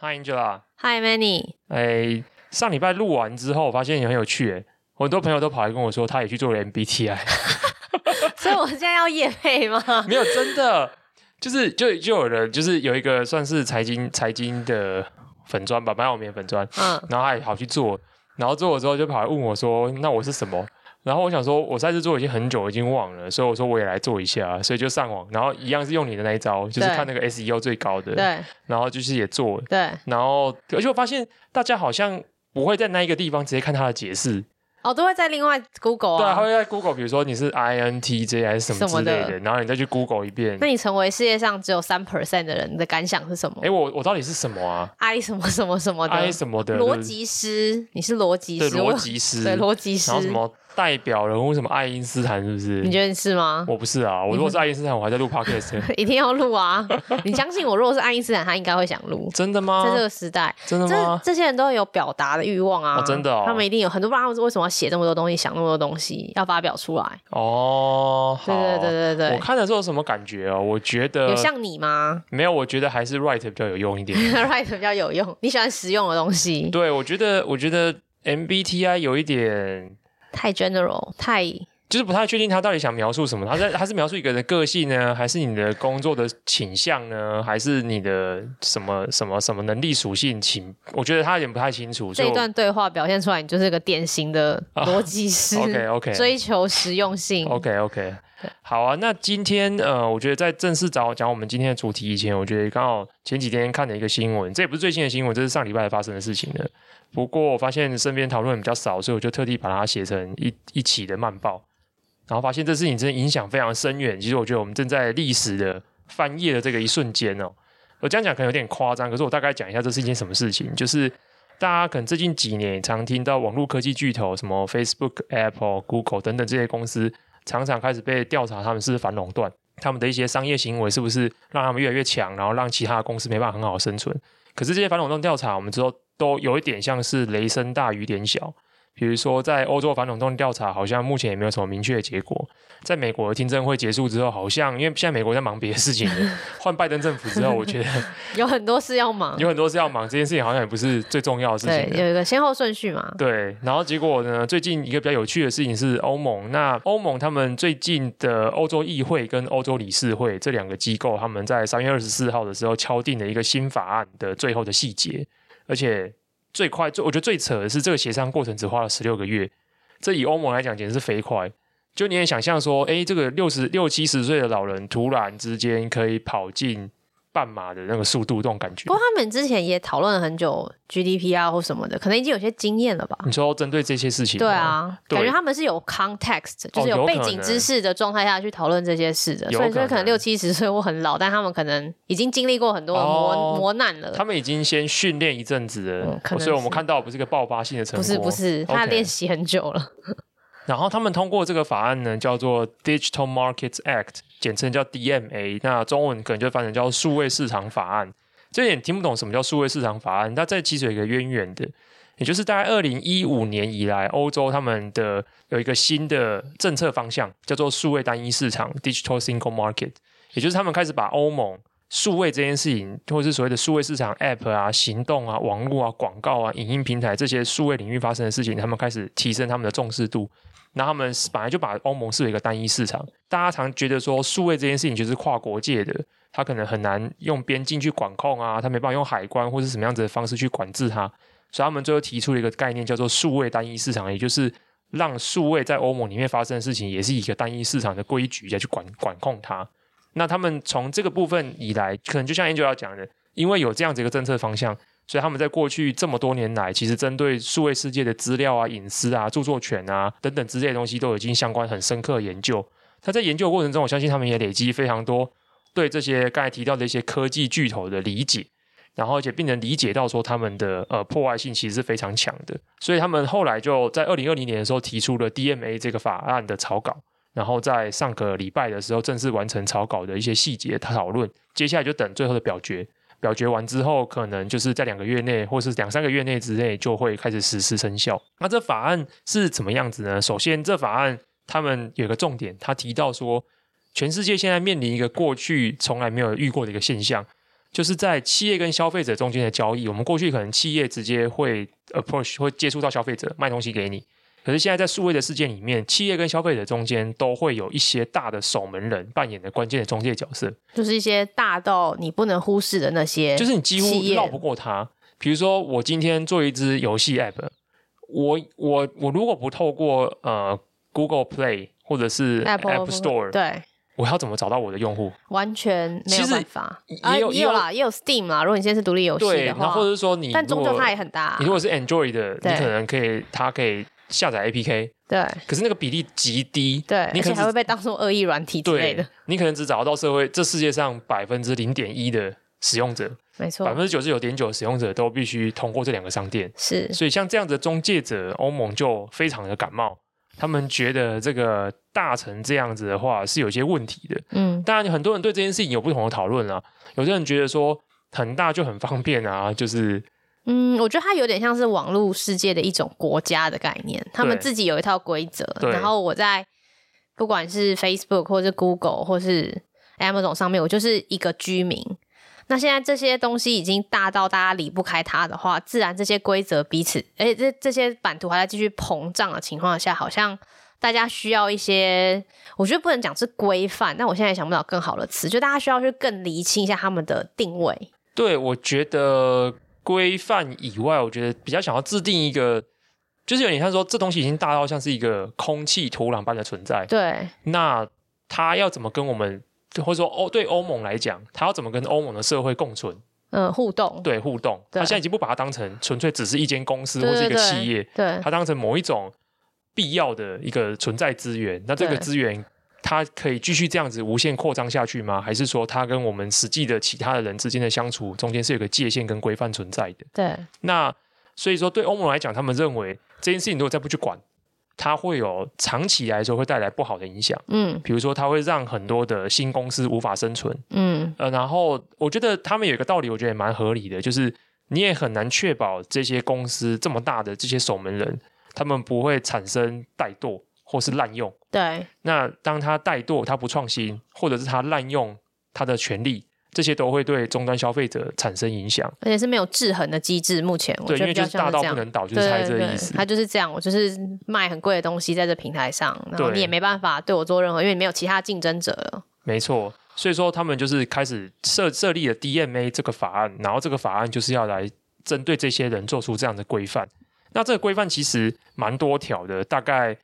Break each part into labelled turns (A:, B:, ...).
A: Hi Angela，
B: Hi Manny，
A: 哎、上礼拜录完之后，我发现也很有趣、哎，我很多朋友都跑来跟我说，他也去做了 MBTI，
B: 所以我现在要夜配吗？
A: 没有真的，就是就就有人就是有一个算是财经财经的粉砖吧，蛮有名的粉砖，
B: 嗯，
A: 然后他也跑去做，然后做了之后就跑来问我说，那我是什么？然后我想说，我上次做已经很久，已经忘了，所以我说我也来做一下，所以就上网，然后一样是用你的那一招，就是
B: 对
A: 看那个 SEO 最高的，
B: 对
A: 然后就是也做了，
B: 对，
A: 然后而且我发现大家好像不会在那一个地方直接看它的解释，
B: 哦，都会在另外 Google
A: 对啊，他
B: 啊。
A: 会在 Google，比如说你是 INTJ 还是什么之类的，
B: 什么的
A: 然后你再去 Google 一遍
B: 那，你成为世界上只有三 percent 的人，你的感想是什么
A: 哎，我我到底是什么啊
B: i 什么什么什么的
A: ？I 什么的
B: 逻辑师，你是逻辑
A: 对
B: 师，我
A: 逻辑师，
B: 对
A: 然
B: 逻辑师
A: 后，什么代表人物什么爱因斯坦是不是？
B: 你觉得你是吗？
A: 我不是啊，我如果是爱因斯坦，我还在录 podcast，呢
B: 一定要录 啊！你相信我，如果是爱因斯坦，他应该会想录。
A: 真的吗
B: 在？这个时代，
A: 真的
B: 这
A: 吗？
B: 这些人都有表达的欲望啊！
A: 哦真的哦
B: 他们一定有很多，不然他们为什么要写这么多东西，想那么多东西，要发表出来？
A: 哦，
B: 对对
A: 好
B: 对对
A: 我看的时候有什么感觉哦？我觉
B: 对，
A: 得
B: 有像你吗？
A: 没有，我觉得还是 write 比较有用一点。
B: right 比较有用，你喜欢实用的东西，
A: 对，我觉得我觉得 MBTI 有一点
B: 太 general，太
A: 就是不太确定他到底想描述什么。他在他是描述一个人的个性呢，还是你的工作的倾向呢，还是你的什么什么什么能力属性？请，我觉得他有点不太清楚。所
B: 这
A: 以
B: 一
A: 我
B: 段对话表现出来，你就是个典型的
A: 啊
B: 逻辑师，
A: OK OK
B: 追求实用性。
A: OK OK，好啊。那今天呃，我觉得在正式找讲我们今天的主题以前，我觉得刚好前几天看了一个新闻，这也不是最新的新闻，这是上礼拜发生的事情了。不过我发现身边讨论比较少，所以我就特地把它写成一一起的慢报，然后发现这事情真的影响非常深远。其实我觉得我们正在历史的翻页的这个一瞬间哦，我这样讲可能有点夸张，可是我大概讲一下这是一件什么事情，就是。大家可能最近几年也常听到网络科技巨头，什么 Facebook、Apple、Google 等等这些公司，常常开始被调查，他们是不是反垄断，他们的一些商业行为是不是让他们越来越强，然后让其他的公司没办法很好地生存。可是这些反垄断调查，我们之后都有一点像是雷声大雨点小。比如说，在欧洲反垄断调查，好像目前也没有什么明确的结果。在美国的听证会结束之后，好像因为现在美国在忙别的事情了，换拜登政府之后，我觉得
B: 有很多事要忙，
A: 有很多事要忙，这件事情好像也不是最重要的事情
B: 对
A: 了。，
B: 有一个先后顺序嘛。
A: 对，然后结果呢？最近一个比较有趣的事情是欧盟，那欧盟他们最近的欧洲议会跟欧洲理事会这两个机构，他们在三月二十四号的时候敲定了一个新法案的最后的细节，而且最快最我觉得最扯的是这个协商过程只花了十六个月，这以欧盟来讲简直是飞快。就你也想象说，诶，这个六十六七十岁的老人突然之间可以跑进半马的那个速度，这种感觉
B: 不。过他们之前也讨论了很久 GDP 啊或什么的，可能已经有些经验了吧？
A: 你说针对这些事情，
B: 对，啊，
A: 嗯对哦
B: 感觉他们是有 context，就是
A: 有
B: 背
A: 可
B: 景
A: 能
B: 知识的状态下去讨论这些事的，
A: 有
B: 所以所以
A: 可
B: 可能
A: 能
B: 六七十岁或很老，但他们可能已经经历过很多的磨、
A: 哦
B: 磨难了。
A: 他们已经先训练一阵子了，
B: 嗯可能
A: 所以我们
B: 是
A: 看到不是一个爆发性的成
B: 不
A: 果，
B: 是不是，他
A: OK
B: 练习很久了。
A: 然后他们通过这个法案呢，叫做 Digital Markets Act，简称叫 DMA，那中文可能就翻成叫数位市场法案。这有点听不懂什么叫数位市场法案，它这其实有一个渊源的，也就是大概二零一五年以来，欧洲他们的有一个新的政策方向，叫做数位单一市场 （Digital Single Market），也就是他们开始把欧盟数位这件事情，或者是所谓的数位市场 App 啊、行动啊、网络啊、广告啊、影音平台这些数位领域发生的事情，他们开始提升他们的重视度，那他们本来就把欧盟视为一个单一市场，大家常觉得说数位这件事情就是跨国界的，它可能很难用边境去管控啊，它没办法用海关或是什么样子的方式去管制它，所以他们最后提出了一个概念叫做数位单一市场，也就是让数位在欧盟里面发生的事情也是以一个单一市场的规矩来去管管控它。那他们从这个部分以来，可能就像 Angela 讲的，因为有这样子一个政策方向，所以他们在过去这么多年来，其实针对数位世界的资料啊、隐私啊、著作权啊等等之类的东西，都已经相关很深刻的研究。他在研究的过程中，我相信他们也累积非常多对这些刚才提到的一些科技巨头的理解，然后而且并能理解到说他们的呃破坏性其实是非常强的，所以他们后来就在二零二零年的时候提出了 DMA 这个法案的草稿，然后在上个礼拜的时候正式完成草稿的一些细节讨论，接下来就等最后的表决。表决完之后，可能就是在两个月内，或是两三个月内之内就会开始实施生效。那这法案是怎么样子呢？首先，这法案他们有个重点，他提到说，全世界现在面临一个过去从来没有遇过的一个现象，就是在企业跟消费者中间的交易。我们过去可能企业直接会 approach 会接触到消费者卖东西给你，可是现在在数位的世界里面，企业跟消费者中间都会有一些大的守门人扮演的关键的中介角色，
B: 就是一些大到你不能忽视的那些，
A: 就是你几
B: 企
A: 乎
B: 业
A: 绕不过他。比如说，我今天做一支游戏 app，我我我如果不透过呃 Google Play 或者是
B: Apple
A: App Store，
B: 对，
A: 我要怎么找到我的用户？
B: 完全没
A: 其
B: 有
A: 实
B: 办法。
A: 也
B: 啊，
A: 也有
B: 也有啦，也有 Steam 啦。如果你现在是独立游戏
A: 对，
B: 的
A: 然后
B: 话
A: 或，者是说你
B: 但
A: 如
B: 终
A: 果
B: 究它也很大啊。
A: 你如果是 Android 的，你
B: 对
A: 可能可以，它可以下载 APK，
B: 对
A: 可是那个比例极低，
B: 对，
A: 你
B: 而
A: 可
B: 且还
A: 能
B: 会
A: 只
B: 被当做恶意软体之
A: 对
B: 类的，，
A: 你可能只找得到社会这世界上百分之零点一的使用者，
B: 没错
A: 百，分之九十九点九使用者都必须通过这两个商店，
B: 是
A: 所以像这样子的中介者，欧盟就非常的感冒，他们觉得这个大成这样子的话是有些问题的，
B: 嗯，
A: 当然，很多人对这件事情有不同的讨论啦。有些人觉得说很大就很方便啊，就是
B: 嗯，我觉得它有点像是网络世界的一种国家的概念，他们
A: 对
B: 自己有一套规则，
A: 对
B: 然后我在不管是 Facebook 或是 Google 或是 Amazon 上面，我就是一个居民。那现在这些东西已经大到大家离不开它的话，自然这些规则彼此，而且这这些版图还在继续膨胀的情况下，好像大家需要一些，我觉得不能讲是规范，但我现在也想不到更好的词，就大家需要去更厘清一下他们的定位。
A: 对我觉得规范以外，我觉得比较想要制定一个，就是有点像说这东西已经大到像是一个空气土壤般的存在。
B: 对，
A: 那它要怎么跟我们，或者说欧对欧盟来讲，它要怎么跟欧盟的社会共存、
B: 嗯、互动，
A: 对互动？它
B: 对
A: 现在已经不把它当成纯粹只是一间公司
B: 对
A: 或是一个
B: 对对
A: 企业，
B: 对，
A: 它当成某一种必要的一个存在资源。那这个
B: 对
A: 资源，它可以继续这样子无限扩张下去吗？还是说它跟我们实际的其他的人之间的相处中间是有个界限跟规范存在的？
B: 对，
A: 那所以说，对欧盟来讲，他们认为这件事情如果再不去管，它会有长期来说会带来不好的影响。
B: 嗯
A: 比如说，它会让很多的新公司无法生存。
B: 嗯，
A: 呃，然后我觉得他们有一个道理，我觉得也蛮合理的，就是你也很难确保这些公司这么大的这些守门人，他们不会产生怠惰或是滥用。
B: 对，
A: 那当他怠惰，他不创新，或者是他滥用他的权利，这些都会对终端消费者产生影响。
B: 而且是没有制衡的机制。目前我
A: 对，
B: 觉
A: 因
B: 得
A: 为就
B: 比较
A: 是
B: 像
A: 大
B: 是
A: 到
B: 这
A: 不
B: 样。
A: 能倒，就是
B: 对
A: 猜
B: 对
A: 这个意
B: 对，
A: 思。
B: 他就是这样，我就是卖很贵的东西在这平台上，然后
A: 对
B: 你也没办法对我做任何，因为你没有其他竞争者了。
A: 没错，所以说他们就是开始设设立了 DMA 这个法案，然后这个法案就是要来针对这些人做出这样的规范。那这个规范其实蛮多条的，大概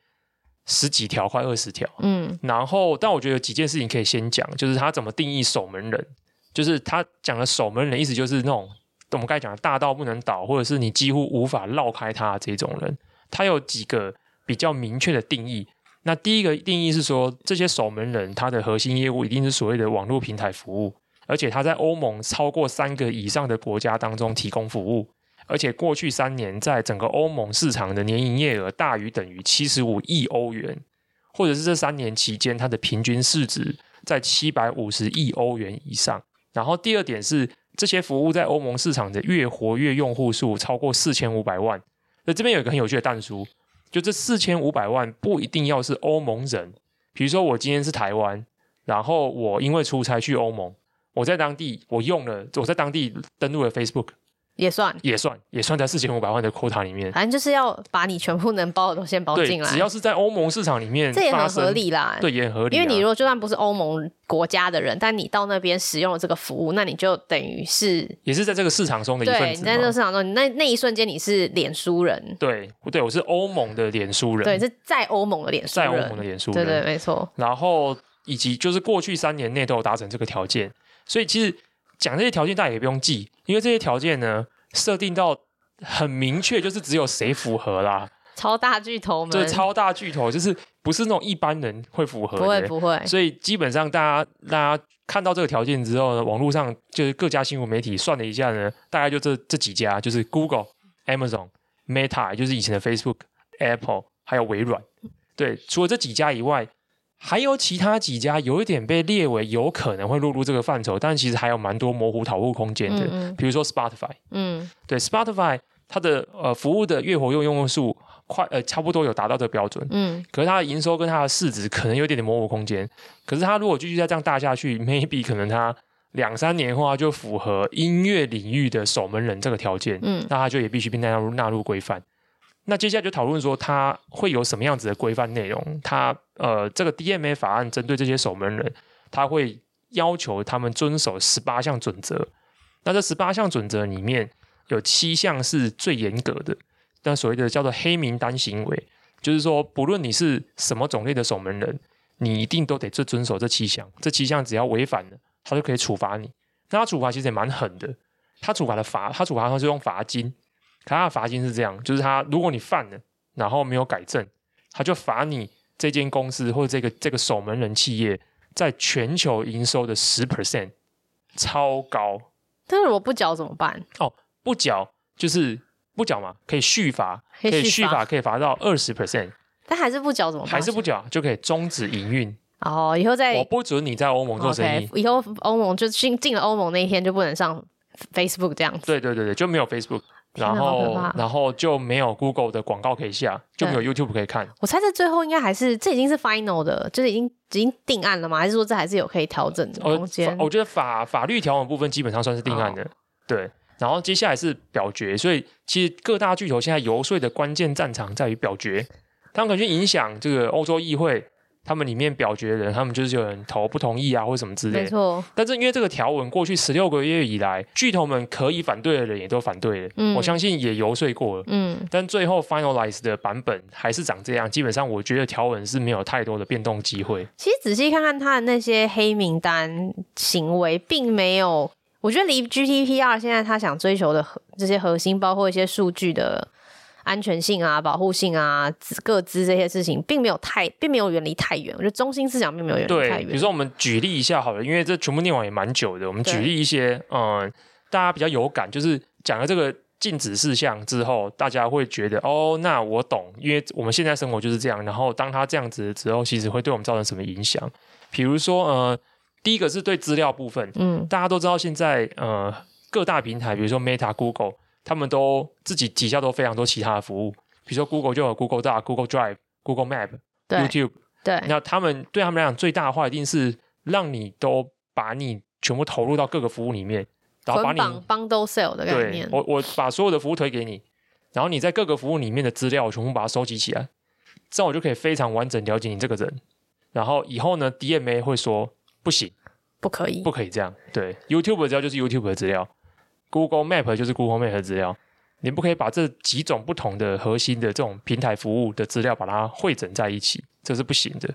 A: 十几条，快二十条。
B: 嗯
A: 然后，但我觉得有几件事情可以先讲，就是他怎么定义守门人，就是他讲的守门人，意思就是那种我们刚才讲的大到不能倒，或者是你几乎无法绕开他这种人，他有几个比较明确的定义。那第一个定义是说，这些守门人他的核心业务一定是所谓的网络平台服务，而且他在欧盟超过三个以上的国家当中提供服务，而且过去三年在整个欧盟市场的年营业额大于等于七十五亿欧元，或者是这三年期间它的平均市值在七百五十亿欧元以上。然后第二点是，这些服务在欧盟市场的月活跃用户数超过四千五百万。那这边有一个很有趣的蛋书，就这四千五百万不一定要是欧盟人，比如说我今天是台湾，然后我因为出差去欧盟，我在当地我用了，我在当地登录了 Facebook，
B: 也算，
A: 也算也算在四千五百万的 quota 里面。
B: 反正就是要把你全部能包的都先包
A: 对
B: 进，来
A: 只，要是在欧盟市场里面
B: 这也
A: 发
B: 很
A: 生
B: 合，理啦。
A: 对，也很合理啊、
B: 因为你如果就算不是欧盟国家的人，但你到那边使用了这个服务，那你就等于是
A: 也是在这个市场中的一
B: 对
A: 份
B: 你
A: 子
B: 在这
A: 嘛
B: 个。市场中，你那那一瞬间你是脸书人，
A: 对，对，我是欧盟的脸书人，
B: 对，是在欧盟的脸书
A: 在
B: 人，
A: 欧盟的脸书人，
B: 对对，没错，
A: 然后以及就是过去三年内都有达成这个条件，所以其实讲这些条件大家也不用记，因为这些条件呢设定到很明确，就是只有谁符合啦，
B: 超大巨头们，
A: 就是超大巨头，就是不是那种一般人会符合的，
B: 不会不会，
A: 所以基本上，大家大家看到这个条件之后呢，网络上就是各家新闻媒体算了一下呢，大概就这这几家，就是 Google、Amazon、Meta，也就是以前的 Facebook、Apple，还有微软。对，除了这几家以外，还有其他几家有一点被列为有可能会落入这个范畴，但其实还有蛮多模糊讨论空间的。
B: 嗯嗯
A: 比如说 Spotify，
B: 嗯，
A: 对 Spotify 它的呃服务的月活用用户数快呃差不多有达到这个标准，
B: 嗯，
A: 可是它的营收跟它的市值可能有一点点模糊空间。可是它如果继续再这样大下去，maybe 可能它两三年后，它就符合音乐领域的守门人这个条件，
B: 嗯
A: 那它就也必须被纳入纳入规范。那接下来就讨论说，它会有什么样子的规范内容？它呃，这个 DMA 法案针对这些守门人，它会要求他们遵守十八项准则。那这十八项准则里面有七项是最严格的，那所谓的叫做黑名单行为，就是说，不论你是什么种类的守门人，你一定都得遵遵守这七项。这七项只要违反了，他就可以处罚你。那他处罚其实也蛮狠的，他处罚的罚，他处罚他是用罚金，可他的罚金是这样，就是他如果你犯了，然后没有改正，他就罚你这间公司或者这个这个守门人企业在全球营收的十 percent，超高。哦
B: 但是我不缴怎么办？
A: 不缴就是不缴嘛，可以续罚，
B: 可以
A: 可以
B: 续
A: 续
B: 罚
A: 罚，可以罚到二十 percent，
B: 但还是不缴怎么办？
A: 还是不缴就可以终止营运。
B: 哦，以后再哦
A: 我不准你在欧盟做生
B: OK，
A: 意。
B: 以后欧盟就进进了欧盟那一天就不能上 Facebook 这样子。
A: 对对对对，就没有 Facebook，
B: 天哪
A: 然
B: 好可
A: 后
B: 怕
A: 然后就没有 Google 的广告可以下，就没
B: 对
A: 有 YouTube 可以看。
B: 我猜这最后应该还是这已经是 final 的，就是已经已经定案了吗？还是说这还是有可以调整的
A: 我
B: 空间？
A: 呃
B: 哦
A: 我觉得法法律条文部分基本上算是定案的，对。然后接下来是表决，所以其实各大巨头现在游说的关键战场在于表决，他们可能去影响这个欧洲议会，他们里面表决的人，他们就是有人投不同意啊，或者什么之类
B: 没
A: 的。
B: 错，
A: 但是因为这个条文过去十六个月以来，巨头们可以反对的人也都反对了，
B: 嗯
A: 我相信也游说过了。
B: 嗯，
A: 但最后 finalize 的版本还是长这样，基本上我觉得条文是没有太多的变动机会。
B: 其实仔细看看他的那些黑名单行为，并没有，我觉得离 GDPR 现在他想追求的核这些核心，包括一些数据的安全性啊、保护性啊、资各资这些事情，并没有太，并没有远离太远。我觉得中心思想并没有远离太
A: 对，比如
B: 远。
A: 说我们举例一下好了，因为这全部念完也蛮久的，我们
B: 对
A: 举例一些，嗯，大家比较有感，就是讲了这个禁止事项之后，大家会觉得哦，那我懂，因为我们现在生活就是这样。然后当他这样子之后，其实会对我们造成什么影响？比如说，呃，第一个是对资料部分，
B: 嗯，
A: 大家都知道现在呃各大平台，比如说 Meta、Google，他们都自己底下都非常多其他的服务，比如说 Google 就有 Google Doc、Google Drive、Google Map、
B: 对
A: YouTube。
B: 对，
A: 那他们对他们来讲最大的话，一定是让你都把你全部投入到各个服务里面，然后把
B: 捆绑
A: 你
B: bundle sale 的概
A: 对
B: 念。
A: 我我把所有的服务推给你，然后你在各个服务里面的资料我全部把它收集起来，这样我就可以非常完整了解你这个人。然后以后呢，DMA 会说不行，
B: 不可以
A: 不。可以这样。对，YouTube 的资料就是 YouTube 的资料，Google Map 就是 Google Map 的资料，你不可以把这几种不同的核心的这种平台服务的资料把它汇整在一起，这是不行的。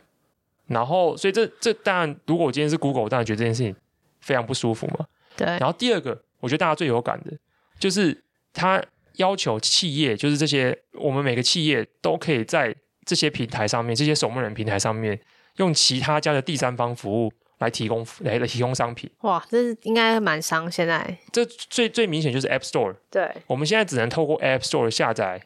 A: 然后，所以这这当然，如果我今天是 Google，我当然觉得这件事情非常不舒服嘛。
B: 对，
A: 然后第二个，我觉得大家最有感的就是他要求企业，就是这些我们每个企业都可以在这些平台上面，这些守门人平台上面，用其他家的第三方服务来提供来来提供商品。
B: 哇，这是应该蛮伤现在。
A: 这最最明显就是 App Store，
B: 对
A: 我们现在只能透过 App Store 下载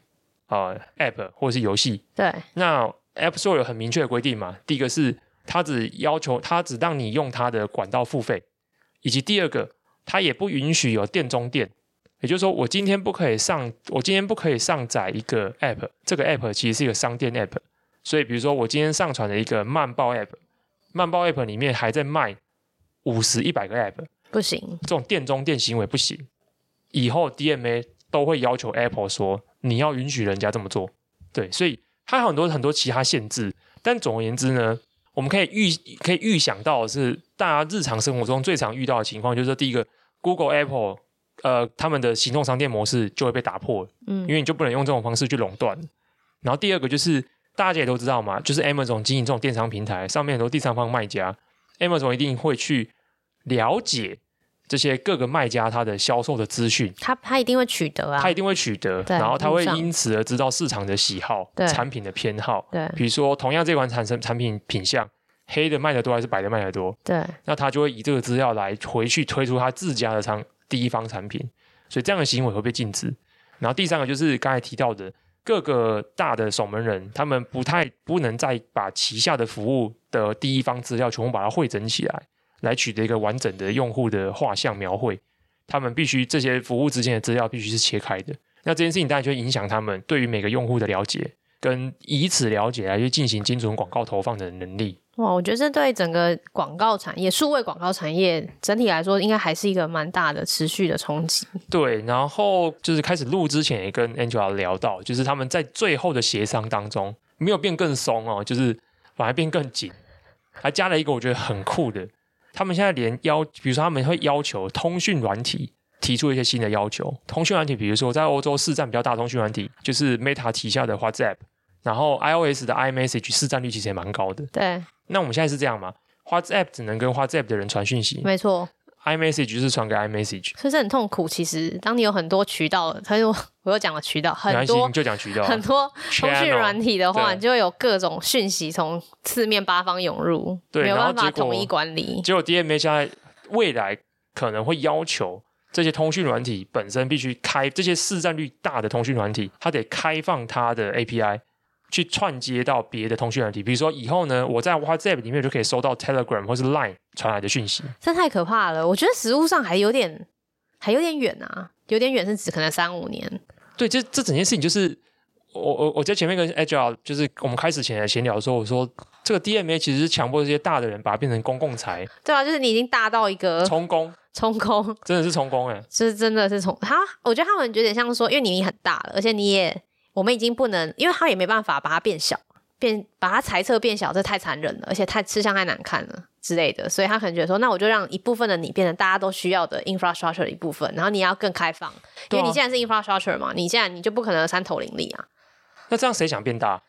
A: 呃 App 或是游戏。
B: 对，
A: 那 App Store 有很明确的规定嘛？第一个是它只要求它只让你用它的管道付费，以及第二个它也不允许有店中店，也就是说我今天不可以上我今天不可以上载一个 App，这个 App 其实是一个商店 App，所以比如说我今天上传了一个慢报 App，慢报 App 里面还在卖五十一百个 App。
B: 不行。
A: 这种店中店行为不行，以后 DMA 都会要求 Apple 说你要允许人家这么做。对，所以它还有很多很多其他限制。但总而言之呢，我们可以预可以预想到的是大家日常生活中最常遇到的情况，就是说第一个，Google、Apple，呃，他们的行动商店模式就会被打破了，
B: 嗯
A: 因，为你就不能用这种方式去垄断。然后第二个就是大家也都知道嘛，就是 Amazon 经营这种电商平台，上面很多第三方卖家，Amazon 一定会去了解这些各个卖家他的销售的资讯，
B: 他他一定会取得啊
A: 他。一定会取得，
B: 对
A: 然后他会
B: 路上
A: 因此而知道市场的喜好
B: 对、
A: 产品的偏好。
B: 对
A: 比如说，同样这款产生产品品相，黑的卖的多还是白的卖的多？
B: 对，
A: 那他就会以这个资料来回去推出他自家的商第一方产品，所以这样的行为会被禁止。然后第三个就是刚才提到的，各个大的守门人他们不太不能再把旗下的服务的第一方资料全部把它汇整起来，来取得一个完整的用户的画像描绘。他们必须这些服务之间的资料必须是切开的。那这件事情当然就会影响他们对于每个用户的了解，跟以此了解来去进行精准广告投放的能力。
B: 哇，我觉得这对整个广告产业、数位广告产业整体来说，应该还是一个蛮大的持续的冲击。
A: 对，然后就是开始录之前也跟 Angela 聊到，就是他们在最后的协商当中没有变更松哦，就是反而变更紧，还加了一个我觉得很酷的，他们现在连要，比如说他们会要求通讯软体提出一些新的要求，通讯软体，比如说在欧洲市占比较大，通讯软体就是 Meta 旗下的 WhatsApp，然后 iOS 的 iMessage 市占率其实也蛮高的。
B: 对，
A: 那我们现在是这样嘛？WhatsApp 只能跟 WhatsApp 的人传讯息
B: 没错。
A: ，iMessage 就是传给 iMessage。
B: 所以这很痛苦。其实，当你有很多渠道，他就我又讲了渠道，
A: 没
B: 很
A: 关系，
B: 多
A: 你就讲渠道啊。
B: 很多通讯
A: Channel，
B: 软体的话，
A: 对
B: 你就会有各种讯息从四面八方涌入，
A: 对
B: 没有
A: 然
B: 办
A: 后
B: 法
A: 结果
B: 统一管理。
A: 结果 DMA 现在未来可能会要求这些通讯软体本身必须开这些市占率大的通讯软体，它得开放它的 API 去串接到别的通讯软体。比如说以后呢，我在 WhatsApp 里面就可以收到 Telegram 或是 Line 传来的讯息。
B: 这太可怕了。我觉得实物上还有点，还有点远啊，有点远是指可能三五年。
A: 对，这这整件事情就是我我我在前面跟 Agile 就是我们开始前闲聊的时候，我说这个 DMA 其实是强迫这些大的人把它变成公共财，
B: 对啊，就是你已经大到一个
A: 充公
B: 冲空，
A: 真的是充公哎、
B: 就是真的是从他，我觉得他们有点像说，因为你已经很大了，而且你也我们已经不能，因为他也没办法把它变小，变把它裁测变小，这太残忍了，而且太吃相太难看了之类的，所以他可能觉得说，那我就让一部分的你变成大家都需要的 infrastructure 的一部分，然后你要更开放，因
A: 对
B: 为
A: 啊
B: 你现在是 infrastructure 嘛，你现在你就不可能三头林立啊。
A: 那这样谁想变大？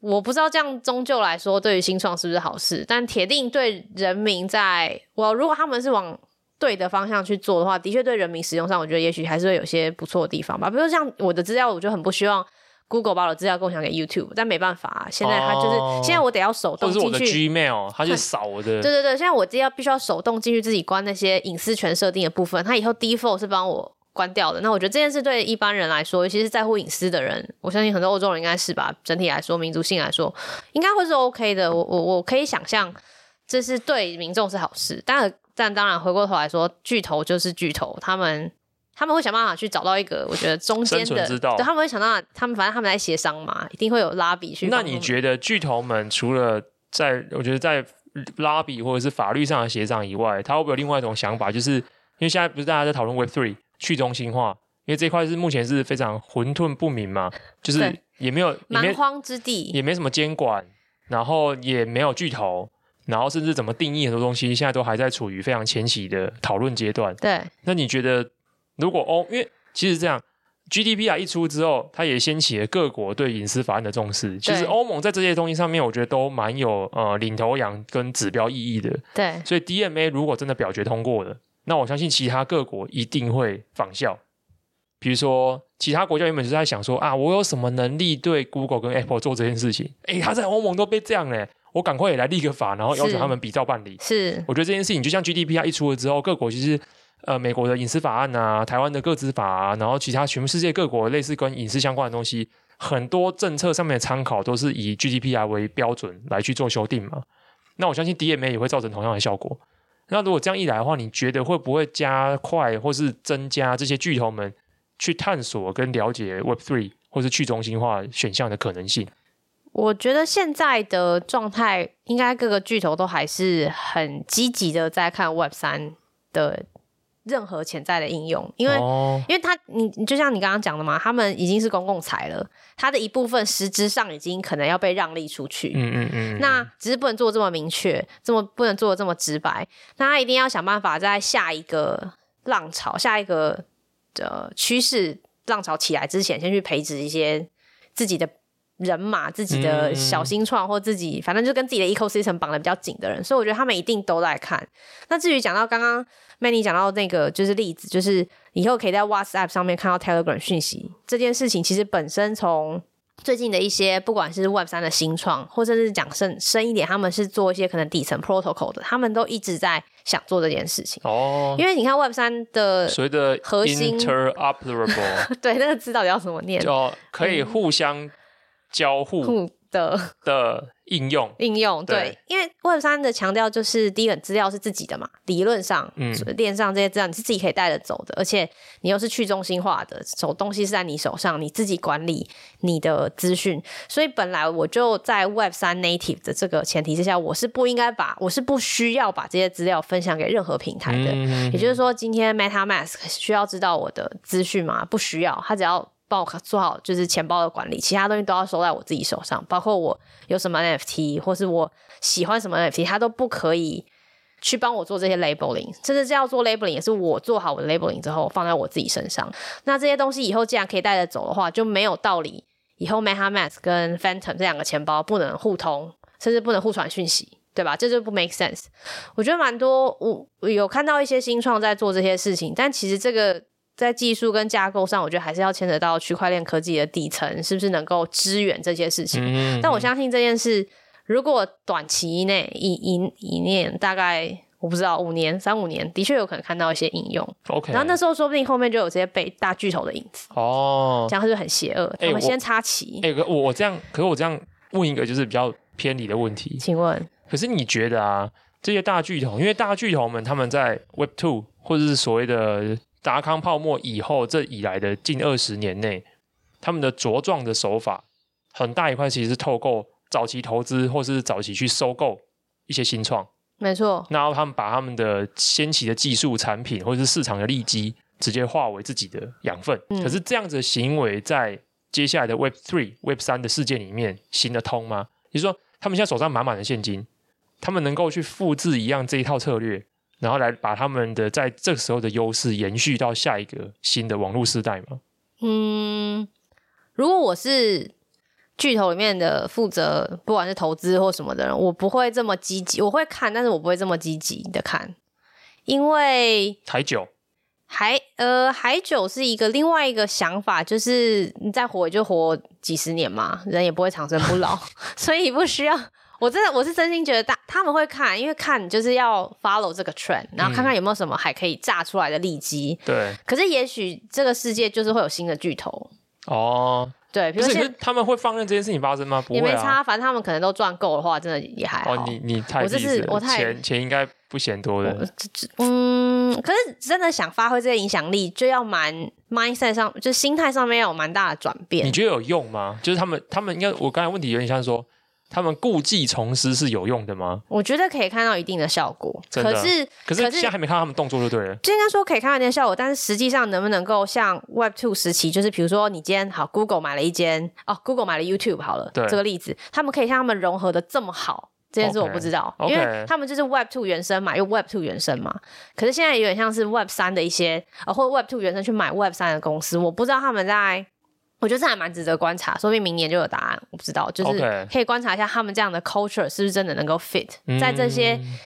B: 我不知道这样终究来说对于新创是不是好事，但铁定对人民在我如果他们是往对的方向去做的话，的确对人民使用上，我觉得也许还是会有些不错的地方吧。比如像我的资料，我就很不希望 Google 把我的资料共享给 YouTube，但没办法、啊现在它就是、
A: 哦
B: 现在我得要手
A: 或
B: 动
A: 者是我
B: 进
A: 的
B: 去。
A: Gmail，他去扫我的
B: 对对对，现在我自己要必须要手动进去自己关那些隐私权设定的部分，它以后 default 是帮我关掉的。那我觉得这件事对一般人来说，尤其是在乎隐私的人，我相信很多欧洲人应该是吧，整体来说民族性来说，应该会是 OK 的。我我我可以想象，这是对民众是好事。但但当然，回过头来说，巨头就是巨头，他们。他们会想办法去找到一个，我觉得中间
A: 生
B: 的，
A: 存之道
B: 对，他们会想办法，他们反正他们在协商嘛，一定会有拉比去帮
A: 那
B: 他们。
A: 你觉得巨头们除了在我觉得在拉比或者是法律上的协商以外，他会不会有另外一种想法？就是因为现在不是大家在讨论 Web Three 去中心化，因为这一块是目前是非常混沌不明嘛，就是
B: 对
A: 也没有也
B: 蛮
A: 没
B: 荒之地？
A: 也没什么监管，然后也没有巨头，然后甚至怎么定义很多东西，现在都还在处于非常前期的讨论阶段。
B: 对，
A: 那你觉得，如果哦，因为其实这样，GDP 啊一出之后，它也掀起了各国对隐私法案的重视。其实
B: 对
A: 欧盟在这些东西上面，我觉得都蛮有呃领头羊跟指标意义的。
B: 对，
A: 所以 DMA 如果真的表决通过了，那我相信其他各国一定会仿效。比如说，其他国家原本就是在想说啊，我有什么能力对 Google 跟 Apple 做这件事情？诶，他在欧盟都被这样嘞，我赶快也来立个法，然后要
B: 是
A: 求他们比照办理。
B: 是
A: 我觉得这件事情就像 GDPR 一出了之后，各国其实呃美国的隐私法案啊，台湾的各自法啊，然后其他全部世界各国类似跟隐私相关的东西，很多政策上面的参考都是以 GDPR 啊为标准来去做修订嘛。那我相信 DMA 也会造成同样的效果。那如果这样一来的话，你觉得会不会加快或是增加这些巨头们去探索跟了解 Web Three 或是去中心化选项的可能性？
B: 我觉得现在的状态，应该各个巨头都还是很积极的在看 Web 三的任何潜在的应用，因为、
A: 哦、
B: 因为它你你就像你刚刚讲的嘛，他们已经是公共财了，它的一部分实质上已经可能要被让利出去。
A: 嗯嗯嗯，
B: 那只是不能做这么明确，这么不能做的这么直白。那他一定要想办法在下一个浪潮、下一个呃趋势浪潮起来之前，先去培植一些自己的人马、自己的
A: 嗯
B: 小新创或自己，反正就跟自己的 ecosystem 绑的比较紧的人。所以我觉得他们一定都在看。那至于讲到刚刚 Manny 讲到那个就是例子，就是以后可以在 WhatsApp 上面看到 Telegram 讯息这件事情，其实本身从最近的一些不管是 Web 三的新创，或者是讲深深一点，他们是做一些可能底层 protocol 的，他们都一直在想做这件事情。
A: 哦，
B: 因为你看 Web 三的
A: 所谓的
B: 核心
A: interoperable
B: 对那个字到底要怎么念？
A: 就可以互相交互
B: 嗯互的
A: 的应用，
B: 应用。对，
A: 对
B: 因为 Web 三的强调就是第一个资料是自己的嘛，理论上，
A: 嗯
B: 嗯，链上这些资料你是自己可以带着走的，而且你又是去中心化的，手东西是在你手上，你自己管理你的资讯。所以本来我就在 Web 三 native 的这个前提之下，我是不应该把，我是不需要把这些资料分享给任何平台的。
A: 嗯
B: 也就是说，今天 MetaMask 需要知道我的资讯吗？不需要，他只要帮我做好就是钱包的管理，其他东西都要收在我自己手上，包括我有什么 NFT 或是我喜欢什么 NFT，他都不可以去帮我做这些 labeling，甚至这要做 labeling 也是我做好我的 labeling 之后放在我自己身上。那这些东西以后既然可以带着走的话，就没有道理以后 MetaMask 跟 Phantom 这两个钱包不能互通，甚至不能互传讯息，对吧？这就不 make sense。我觉得蛮多，我我有看到一些新创在做这些事情，但其实这个在技术跟架构上，我觉得还是要牵扯到区块链科技的底层是不是能够支援这些事情。
A: 嗯
B: 但我相信这件事，如果短期内以以以念大概我不知道五年三五年，的确有可能看到一些应用。
A: OK，
B: 然后那时候说不定后面就有这些被大巨头的影子，
A: 哦
B: 这，样是不是很邪恶？
A: 哎
B: 他们
A: 我
B: 先插旗。
A: 哎、可我我这样，可我这样问一个就是比较偏离的问题，
B: 请问，
A: 可是你觉得啊，这些大巨头，因为大巨头们他们在 Web Two 或者是所谓的达康泡沫以后这以来的近二十年内，他们的茁壮的手法，很大一块其实是透过早期投资或是早期去收购一些新创，
B: 没错，
A: 然后他们把他们的先期的技术、产品或者是市场的利基，直接化为自己的养分。
B: 嗯
A: 可是这样子的行为，在接下来的 Web Three、Web 三的世界里面行得通吗？也就是说，他们现在手上满满的现金，他们能够去复制一样这一套策略，然后来把他们的在这个时候的优势延续到下一个新的网络时代吗？
B: 嗯，如果我是巨头里面的负责，不管是投资或什么的人，我不会这么积极，我会看，但是我不会这么积极的看，因为
A: 台酒，
B: 海呃海酒是一个另外一个想法，就是你再活也就活几十年嘛，人也不会长生不 老，所以不需要。我真的我是真心觉得大他们会看，因为看你就是要 follow 这个 trend，然后看看有没有什么还可以炸出来的利基。
A: 对，
B: 可是也许这个世界就是会有新的巨头，
A: 哦，
B: 对，比
A: 不
B: 如
A: 是，
B: 说
A: 可
B: 现
A: 是他们会放任这件事情发生吗？不
B: 也
A: 会
B: 没
A: 啊。
B: 差，反正他们可能都赚够的话，真的也还好。
A: 哦，你你太
B: 我这
A: peace
B: 是
A: 了
B: 我太
A: 钱钱应该不嫌多的，
B: 嗯，可是真的想发挥这个影响力，就要蛮 mindset 上，就心态上面要有蛮大的转变。
A: 你觉得有用吗？就是他们，他们应该，我刚才问题有点像说，他们故技重施是有用的吗？
B: 我觉得可以看到一定的效果，
A: 真的啊
B: 可是
A: 可是现在还没看到他们动作就对了。
B: 就应该说可以看到一定的效果，但是实际上能不能够像 Web Two 时期，就是比如说你今天好 Google 买了一间哦，Google 买了 YouTube 好了，
A: 对
B: 这个例子，他们可以像他们融合的这么好。这件事
A: OK，
B: 我不知道
A: OK
B: 因为他们就是 Web Two 原生嘛，又 Web Two 原生嘛。可是现在有点像是 Web 三的一些，呃，或者 Web Two 原生去买 Web 三的公司，我不知道他们在，我觉得这还蛮值得观察，说不定明年就有答案，我不知道，就是
A: OK
B: 可以观察一下他们这样的 culture 是不是真的能够 fit 在这些、
A: 嗯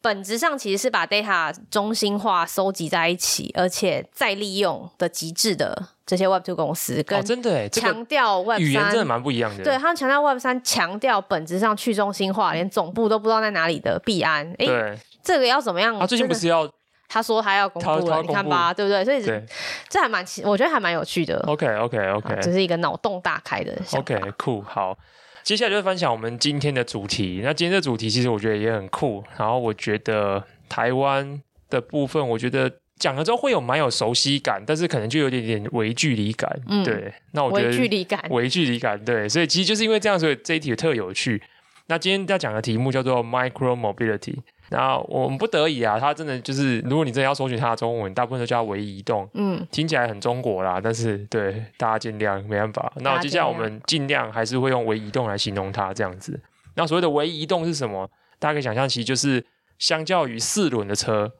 B: 本质上其实是把 data 中心化收集在一起，而且再利用的极致的这些 Web 2公司，
A: 哦，
B: 跟
A: 真的哎，这个
B: 强调 Web
A: 语言真的
B: 3
A: 蛮不一样的。
B: 对，他哎们强调 Web 3强调本质上去中心化，连总部都不知道在哪里的币安，
A: 嗯
B: 哎、
A: 对，
B: 这个要怎么样？
A: 他最近不
B: 哦真的
A: 是要
B: 他说他要公
A: 他
B: 布
A: 他要
B: 了，你看
A: 公布
B: 吧，对不对？所以
A: 对
B: 这还蛮奇，我觉得还蛮有趣的，
A: OK OK
B: 啊
A: OK
B: 只哦是一个脑洞大开的想法
A: OK 酷好。接下来就是分享我们今天的主题。那今天的主题其实我觉得也很酷，然后我觉得台湾的部分，我觉得讲了之后会有蛮有熟悉感，但是可能就有点点微距离感。
B: 嗯
A: 对，那我觉
B: 微
A: 得
B: 距离感。
A: 微距离感，对，所以其实就是因为这样，所以这一题特有趣。那今天要讲的题目叫做 micro mobility。那我们不得已啊，它真的就是，如果你真的要搜寻它的中文，大部分都叫微移动，
B: 嗯，
A: 听起来很中国啦，但是对大家尽量没办法。那接下来我们尽量还是会用微移动来形容它这样子。那所谓的微移动是什么？大家可以想象，其实就是相较于四轮的车，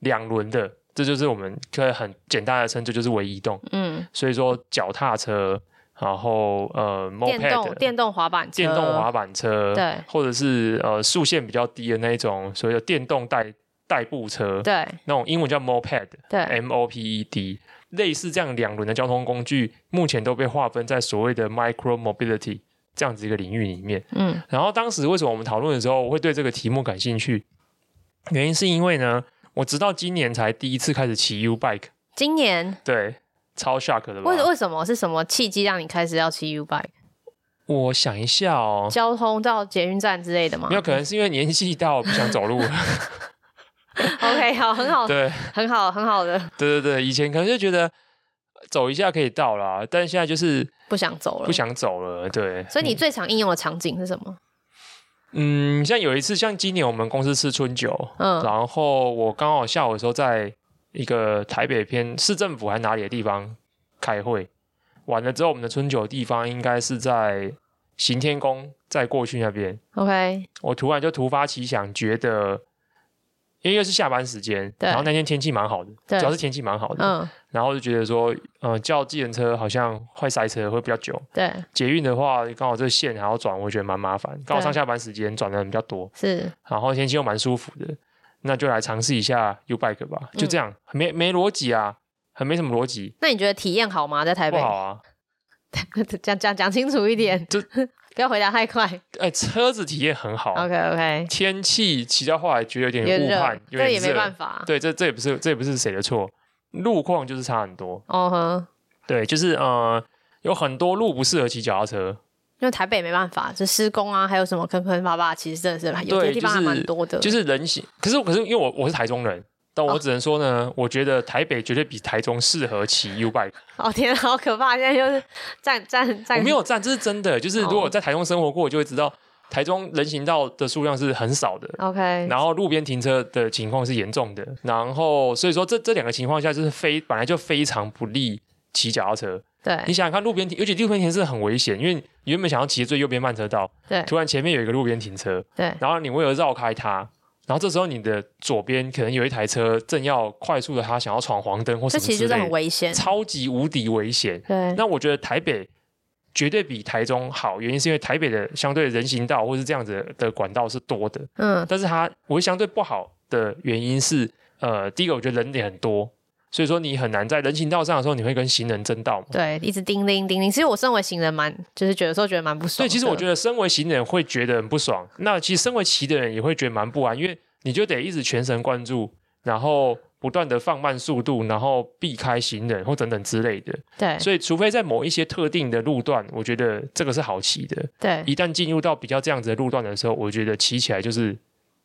A: 两轮的，这就是我们可以很简单的称，这就是微移动。
B: 嗯，
A: 所以说脚踏车，然后呃
B: 电动
A: moped
B: 电动滑板车，
A: 电动滑板车，
B: 对
A: 或者是呃速限比较低的那一种，所谓的电动代代步车，
B: 对
A: 那种英文叫 moped，m
B: 对，
A: o p e d，类似这样两轮的交通工具，目前都被划分在所谓的 micro mobility 这样子一个领域里面。
B: 嗯
A: 然后当时为什么我们讨论的时候我会对这个题目感兴趣？原因是因为呢，我直到今年才第一次开始骑 U bike，
B: 今年
A: 对，超啊 shock 的吧？
B: 为为什么是什么契机让你开始要骑 U bike？
A: 我想一下哦，
B: 交通到捷运站之类的吗？
A: 没有，可能是因为年纪大，我不想走路了。
B: OK，好，很好，
A: 对
B: 很好，很好的，
A: 对对对，以前可能就觉得走一下可以到啦，但现在就是
B: 不想走了。
A: 不。想走了。对，
B: 所以你最常应用的场景是什么？
A: 嗯，像有一次，像今年我们公司吃春酒，
B: 嗯
A: 然后我刚好下午的时候在一个台北偏市政府还哪里的地方开会，完了之后我们的春酒地方应该是在行天宫，再过去那边，
B: OK，
A: 我突然就突发奇想，觉得因为是下班时间，
B: 对
A: 然后那天天气蛮好的，
B: 对
A: 主要是天气蛮好的，
B: 嗯，
A: 然后就觉得说，呃，叫计程车好像会塞车，会比较久。
B: 对，
A: 捷运的话，刚好这个线还要转，我觉得蛮麻烦。刚好上下班时间转的人比较多，
B: 是
A: 然后天气又蛮舒服的，那就来尝试一下 U Bike 吧。
B: 嗯
A: 就这样，没没逻辑啊，很没什么逻辑，
B: 那你觉得体验好吗？在台
A: 不
B: 北，
A: 好啊。
B: 讲讲讲清楚一点，
A: 这
B: 不要回答太快。
A: 哎，车子体验很好，
B: OK OK，
A: 天气骑到后来觉得有点
B: 也
A: 误判
B: 热，，
A: 有
B: 这
A: 点
B: 也没
A: 热
B: 办法。
A: 对，这这也不是这也不是谁的错，路况就是差很多。
B: 哦哼，
A: 对，就是呃，有很多路不适合骑脚踏车。
B: 因为台北没办法，就施工啊，还有什么坑坑巴巴，其实真的是有
A: 对
B: 些地方还
A: 就是
B: 蛮多的。
A: 就是人行，可是可是因为我我是台中人，但我
B: 哦
A: 只能说呢，我觉得台北绝对比台中适合骑 U bike。
B: 哦天啊，好可怕！现在就是站站站，
A: 我没有站，这是真的。就是
B: 哦
A: 如果在台中生活过，我就会知道台中人行道的数量是很少的。
B: OK，
A: 然后路边停车的情况是严重的，然后所以说这这两个情况下就是非本来就非常不利骑脚踏车。你
B: 对
A: 想想看，路边停，尤其路边停是很危险，因为你原本想要骑最右边慢车道，
B: 对
A: 突然前面有一个路边停车，
B: 对
A: 然后你为了绕开它，然后这时候你的左边可能有一台车正要快速的，他想要闯黄灯或什
B: 这
A: 么之
B: 其
A: 类
B: 实就是很危险。
A: 超级无敌危险。
B: 对，
A: 那我觉得台北绝对比台中好，原因是因为台北的相对人行道或是这样子的管道是多的，
B: 嗯，
A: 但是它我会相对不好的原因是，呃，第一个我觉得人也很多，所以说你很难在人行道上的时候，你会跟行人争道嘛。
B: 对，一直叮叮叮叮。其实我身为行人蛮，就是有的时候觉得蛮不爽的。
A: 所以其实我觉得，身为行人会觉得很不爽，那其实身为骑的人也会觉得蛮不安，因为你就得一直全神贯注，然后不断的放慢速度，然后避开行人或等等之类的。
B: 对
A: 所以，除非在某一些特定的路段，我觉得这个是好骑的。
B: 对
A: 一旦进入到比较这样子的路段的时候，我觉得骑起来就是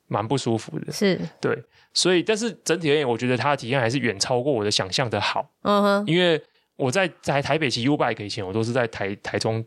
A: 蛮不舒服的。
B: 是，
A: 对，所以但是整体而言，我觉得它的体验还是远超过我的想象的好。
B: 嗯哼，
A: 因为我在在台北骑 U bike 以前，我都是在台台中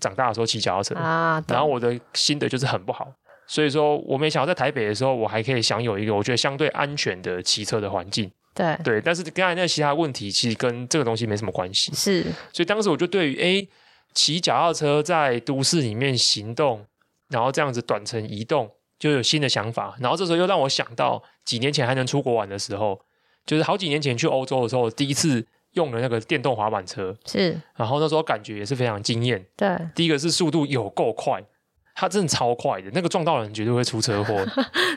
A: 长大的时候骑脚踏车，
B: 啊，懂
A: 然后我的心得就是很不好。所以说我没想到在台北的时候，我还可以享有一个我觉得相对安全的骑车的环境。
B: 对
A: 对，但是刚才那其他问题其实跟这个东西没什么关系。
B: 是
A: 所以当时我就对于诶骑脚踏车在都市里面行动，然后这样子短程移动，就有新的想法。然后这时候又让我想到几年前还能出国玩的时候，就是好几年前去欧洲的时候，第一次用了那个电动滑板车，
B: 是，
A: 然后那时候感觉也是非常惊艳。
B: 对
A: 第一个是速度有够快，它真的超快的，那个撞到人绝对会出车 祸，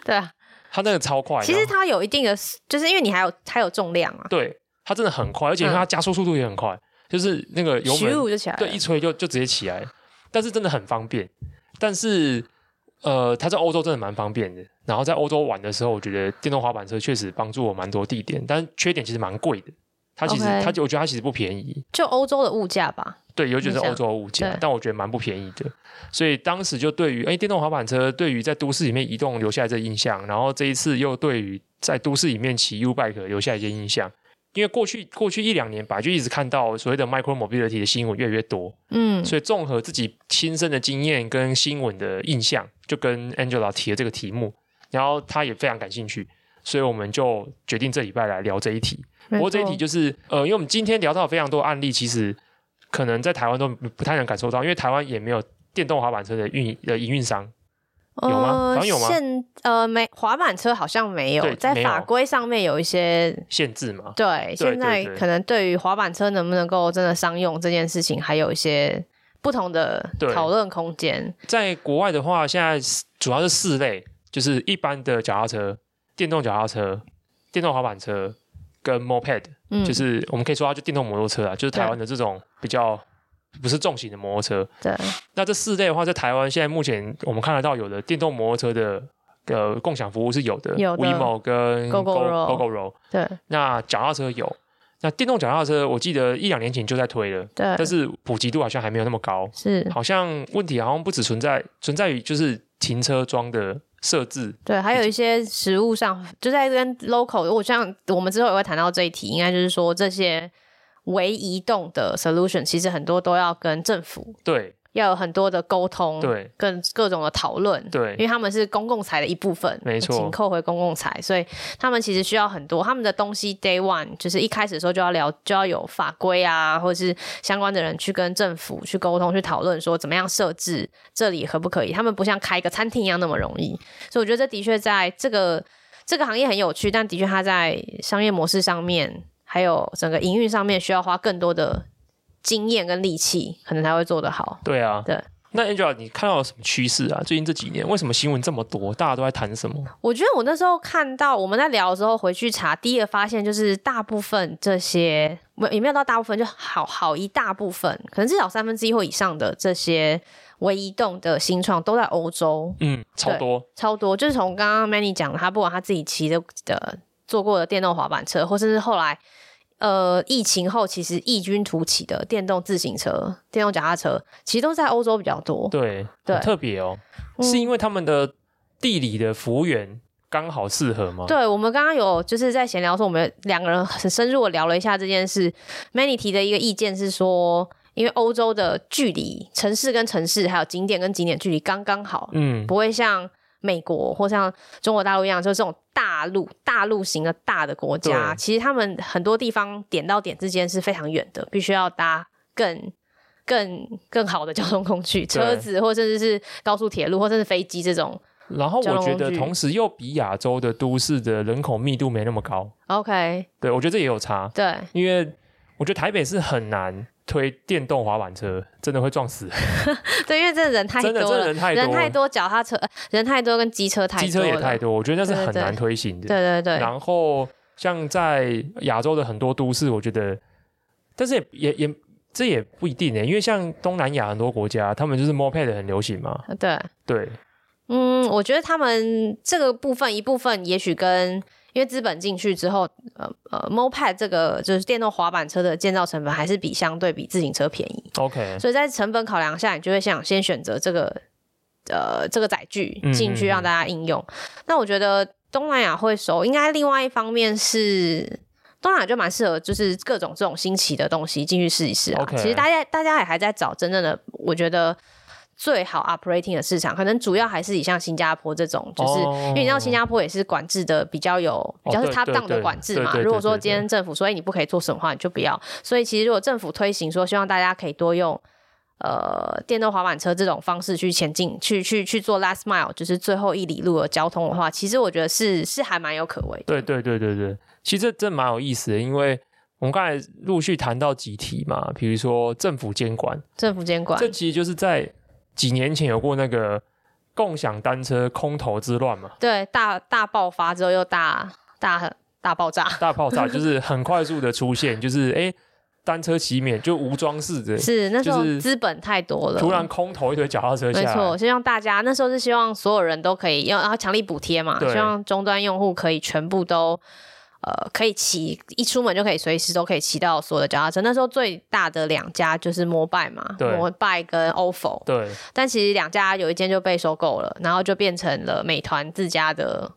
B: 对啊。
A: 它那个超快。
B: 其实
A: 然后
B: 它有一定的，就是因为你还有还有重量啊，
A: 对它真的很快，而且
B: 嗯
A: 它加速速度也很快，就是那个油门
B: 咻就起来了。
A: 对，一吹就就直接起来，但是真的很方便。但是呃，它在欧洲真的蛮方便的。然后在欧洲玩的时候，我觉得电动滑板车确实帮助我蛮多地点，但是缺点其实蛮贵的。它其实
B: OK
A: 它我觉得它其实不便宜，
B: 就欧洲的物价吧。
A: 对，尤其是
B: 你想
A: 欧洲物价
B: 对，
A: 但我觉得蛮不便宜的。所以当时就对于哎电动滑板车对于在都市里面移动留下这印象，然后这一次又对于在都市里面骑 U bike 留下一些印象。因为过去过去一两年吧，就一直看到所谓的 micro mobility 的新闻越来越多，
B: 嗯，
A: 所以综合自己亲身的经验跟新闻的印象，就跟 Angela 提了这个题目，然后她也非常感兴趣，所以我们就决定这礼拜来聊这一题。
B: 没
A: 不过这一
B: 错
A: 题就是，呃，因为我们今天聊到非常多案例，其实可能在台湾都不太能感受到，因为台湾也没有电动滑板车的运呃营运商。有吗
B: 呃
A: 好像有吗
B: 现呃没滑板车好像没有，
A: 对
B: 在
A: 没有
B: 法规上面有一些。
A: 限制嘛。
B: 对，现在
A: 对
B: 可能对于滑板车能不能够真的商用这件事情，还有一些不同的
A: 对
B: 讨论空间。
A: 在国外的话，现在主要是四类，就是一般的脚踏车、电动脚踏车、电动滑板车跟 moped。
B: 嗯，
A: 就是我们可以说它就电动摩托车啊，就是台湾的这种比较不是重型的摩托车。
B: 对，
A: 那这四类的话，在台湾现在目前我们看得到有的电动摩托车的呃共享服务是有的，
B: 有的
A: WeMo 跟
B: Gogoro
A: GoGoRo，
B: 对，
A: 那脚踏车有。那电动脚踏车，我记得一两年前就在推了，
B: 对，
A: 但是普及度好像还没有那么高。
B: 是
A: 好像问题好像不只存在存在于就是停车桩的设置，
B: 对，还有一些食物上，就在跟 local，我像我们之后也会谈到这一题，应该就是说这些微移动的 solution，其实很多都要跟政府
A: 对
B: 要有很多的沟通，，
A: 对
B: 跟各种的讨论，哦因
A: 对
B: 为他们是公共财的一部分，
A: 没错
B: 紧扣回公共财，所以他们其实需要很多他们的东西。Day one 就是一开始的时候就要聊，就要有法规啊，或者是相关的人去跟政府去沟通、去讨论，说怎么样设置这里可不可以？他们不像开一个餐厅一样那么容易，所以我觉得这的确在这个这个行业很有趣，但的确它在商业模式上面，还有整个营运上面，需要花更多的经验跟力气，可能才会做得好。
A: 对啊。
B: 对，
A: 那 Angela，你看到有什么趋势啊？最近这几年为什么新闻这么多？大家都在谈什么？
B: 我觉得我那时候看到我们在聊的时候，回去查，第一个发现就是大部分这些没也没有到大部分，就好好一大部分，可能至少三分之一或以上的这些微移动的新创都在欧洲，
A: 嗯，超多，
B: 超多。就是从刚刚 Manny 讲的，他不管他自己骑的的坐过的电动滑板车，或甚至后来呃疫情后其实异军突起的电动自行车、电动脚踏车，其实都在欧洲比较多。
A: 对，
B: 对
A: 很特别哦。
B: 嗯
A: 是因为他们的地理的服务员刚好适合吗？
B: 对，我们刚刚有就是在闲聊的时候，我们两个人很深入的聊了一下这件事。Many 提的一个意见是说，因为欧洲的距离，城市跟城市，还有景点跟景点距离刚刚好，
A: 嗯，
B: 不会像美国或像中国大陆一样，就是这种大陆大陆型的大的国家，
A: 对
B: 其实他们很多地方点到点之间是非常远的，必须要搭更。更更好的交通工具，车
A: 对
B: 子或甚至是高速铁路，或甚至飞机这种。
A: 然后我觉
B: 交通工
A: 得
B: 具
A: 同时又比亚洲的都市的人口密度没那么高，
B: OK，
A: 对我觉得这也有差，
B: 对，
A: 因为我觉得台北是很难推电动滑板车，真的会撞死人，
B: 对，因为真的人太 多
A: 真的
B: 了，
A: 真的人太多
B: 人太多，脚踏车呃人太多，跟机车太多，
A: 机车也太
B: 多，
A: 多，我觉得那是
B: 对对
A: 很
B: 对
A: 难推行的。
B: 对对对，
A: 然后像在亚洲的很多都市，我觉得，但是也也也这也不一定呢，欸因为像东南亚很多国家，他们就是 moped 很流行嘛，
B: 对，
A: 对
B: 嗯，我觉得他们这个部分一部分也许跟因为资本进去之后，呃呃，moped 这个就是电动滑板车的建造成本还是比相对比自行车便宜，
A: ，OK，
B: 所以在成本考量下，你就会想先选择这个呃这个载具
A: 嗯
B: 进去让大家应用。那我觉得东南亚会熟，应该另外一方面是。东南亚就蛮适合，就是各种这种新奇的东西进去试一试啊。
A: OK
B: 其实大家大家也还在找真正的，我觉得最好 operating 的市场，可能主要还是以像新加坡这种，就是、
A: 哦
B: 因为你知道新加坡也是管制的比较有比较是
A: 对
B: top
A: 对
B: down 的
A: 对
B: 管制
A: 对
B: 嘛。
A: 对对
B: 如果说
A: 对对
B: 今天政府说哎你不可以做什么话，你就不要。所以其实如果政府推行说希望大家可以多用呃电动滑板车这种方式去前进，去去去做 last mile，就是最后一里路的交通的话，其实我觉得是是还蛮有可为的。
A: 对对对对对，其实这这蛮有意思的，因为我们刚才陆续谈到集体嘛，比如说政府监管，
B: 政府监管
A: 这其实就是在几年前有过那个共享单车空投之乱嘛，
B: 对大大爆发之后又大大大爆炸，
A: 大爆炸就是很快速的出现，就是哎、诶单车骑免就无装饰的，
B: 是那时候
A: 就是
B: 资本太多了，
A: 突然空投一堆脚踏车下
B: 没
A: 来，
B: 错，希望大家那时候是希望所有人都可以用，然后强力补贴嘛，
A: 对
B: 希望终端用户可以全部都呃可以骑，一出门就可以随时都可以骑到所有的脚踏车。那时候最大的两家就是摩拜嘛，
A: 对
B: 摩拜跟 ofo，
A: 对
B: 但其实两家有一间就被收购了，然后就变成了美团自家的。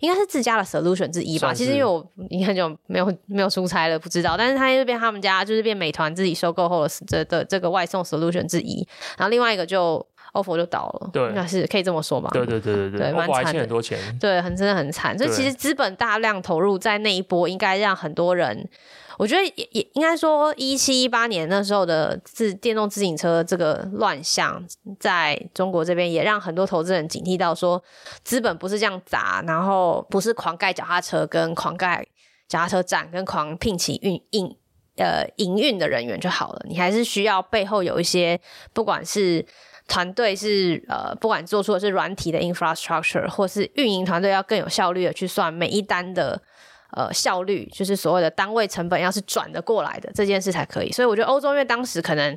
B: 应该是自家的 solution 之一吧。
A: 算是
B: 其实因为我已经很久没有没有出差了，不知道。但是它就变他们家就是变美团自己收购后的这的这个外送 solution 之一。然后另外一个就 ofo 就倒了，
A: 对
B: 应该是可以这么说吧。
A: 对对对对
B: 对蛮
A: o 还
B: 惨
A: 欠
B: 的
A: 很多钱，
B: 对，很真的很惨。所以
A: 对
B: 其实资本大量投入在那一波，应该让很多人，我觉得也也应该说，一七一八年那时候的自电动自行车这个乱象，在中国这边也让很多投资人警惕到说，资本不是这样砸，然后不是狂盖脚踏车跟狂盖脚踏车站跟狂聘请运营呃营运的人员就好了，你还是需要背后有一些不管是。团队是呃，不管做出的是软体的 infrastructure，或是运营团队要更有效率的去算每一单的呃效率，就是所谓的单位成本要是转得过来的这件事才可以。所以我觉得欧洲因为当时可能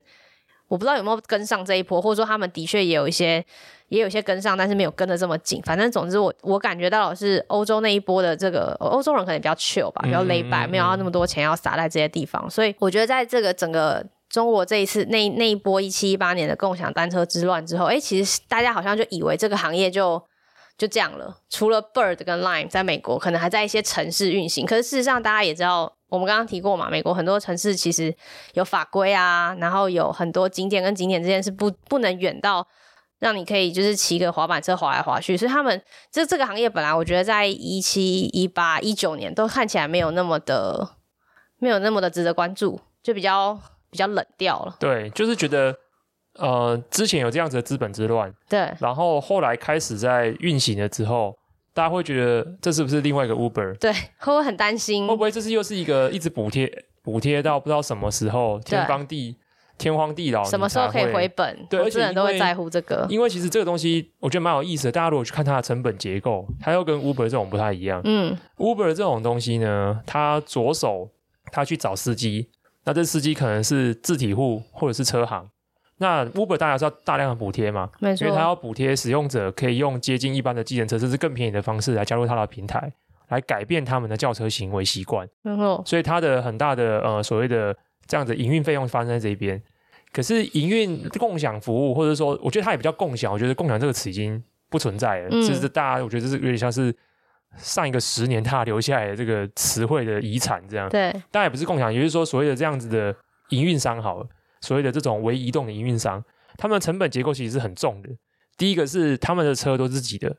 B: 我不知道有没有跟上这一波，或者说他们的确也有一些也有一些跟上，但是没有跟的这么紧。反正总之我我感觉到的是欧洲那一波的这个欧洲人可能比较 chill 吧，比较
A: 嗯
B: lay back，、
A: 嗯
B: 没有要那么多钱要撒在这些地方，所以我觉得在这个整个。中国这一次那那一波一七一八年的共享单车之乱之后，哎、其实大家好像就以为这个行业就就这样了。除了 Bird 跟 Lime 在美国可能还在一些城市运行，可是事实上大家也知道，我们刚刚提过嘛，美国很多城市其实有法规啊，然后有很多景点跟景点之间是不不能远到让你可以就是骑个滑板车滑来滑去，所以他们这这个行业本来我觉得在一七、一八、一九年都看起来没有那么的没有那么的值得关注，就比较比较冷掉了。
A: 对，就是觉得呃，之前有这样子的资本之乱，
B: 对，
A: 然后后来开始在运行了之后，大家会觉得这是不是另外一个 Uber？
B: 对，会不会很担心
A: 会？不会这是又是一个一直补贴补贴到不知道什么时候天
B: 对
A: 荒地天荒地老？
B: 什么时候可以回？本？
A: 对
B: 投资
A: 而且
B: 人
A: 因
B: 都
A: 为
B: 会在乎这个。
A: 因为其实这个东西我觉得蛮有意思的，大家如果去看它的成本结构，它又跟 Uber 这种不太一样。
B: 嗯
A: Uber 这种东西呢，它左手它去找司机，那这司机可能是自体户或者是车行。那 Uber 当然是要大量的补贴嘛，
B: 没
A: 因为它
B: 错，
A: 要补贴使用者可以用接近一般的计程车，甚至更便宜的方式来加入它的平台，来改变他们的轿车行为习惯。
B: 然后
A: 所以它的很大的呃所谓的这样子营运费用发生在这边。可是营运共享服务，或者说我觉得它也比较共享，我觉得共享这个词已经不存在了，
B: 嗯
A: 这是大家我觉得这是有点像是上一个十年它留下来的这个词汇的遗产这样。
B: 对，
A: 当然也不是共享，也就是说所谓的这样子的营运商好了，所谓的这种微移动的营运商，他们的成本结构其实是很重的。第一个是他们的车都是自己的，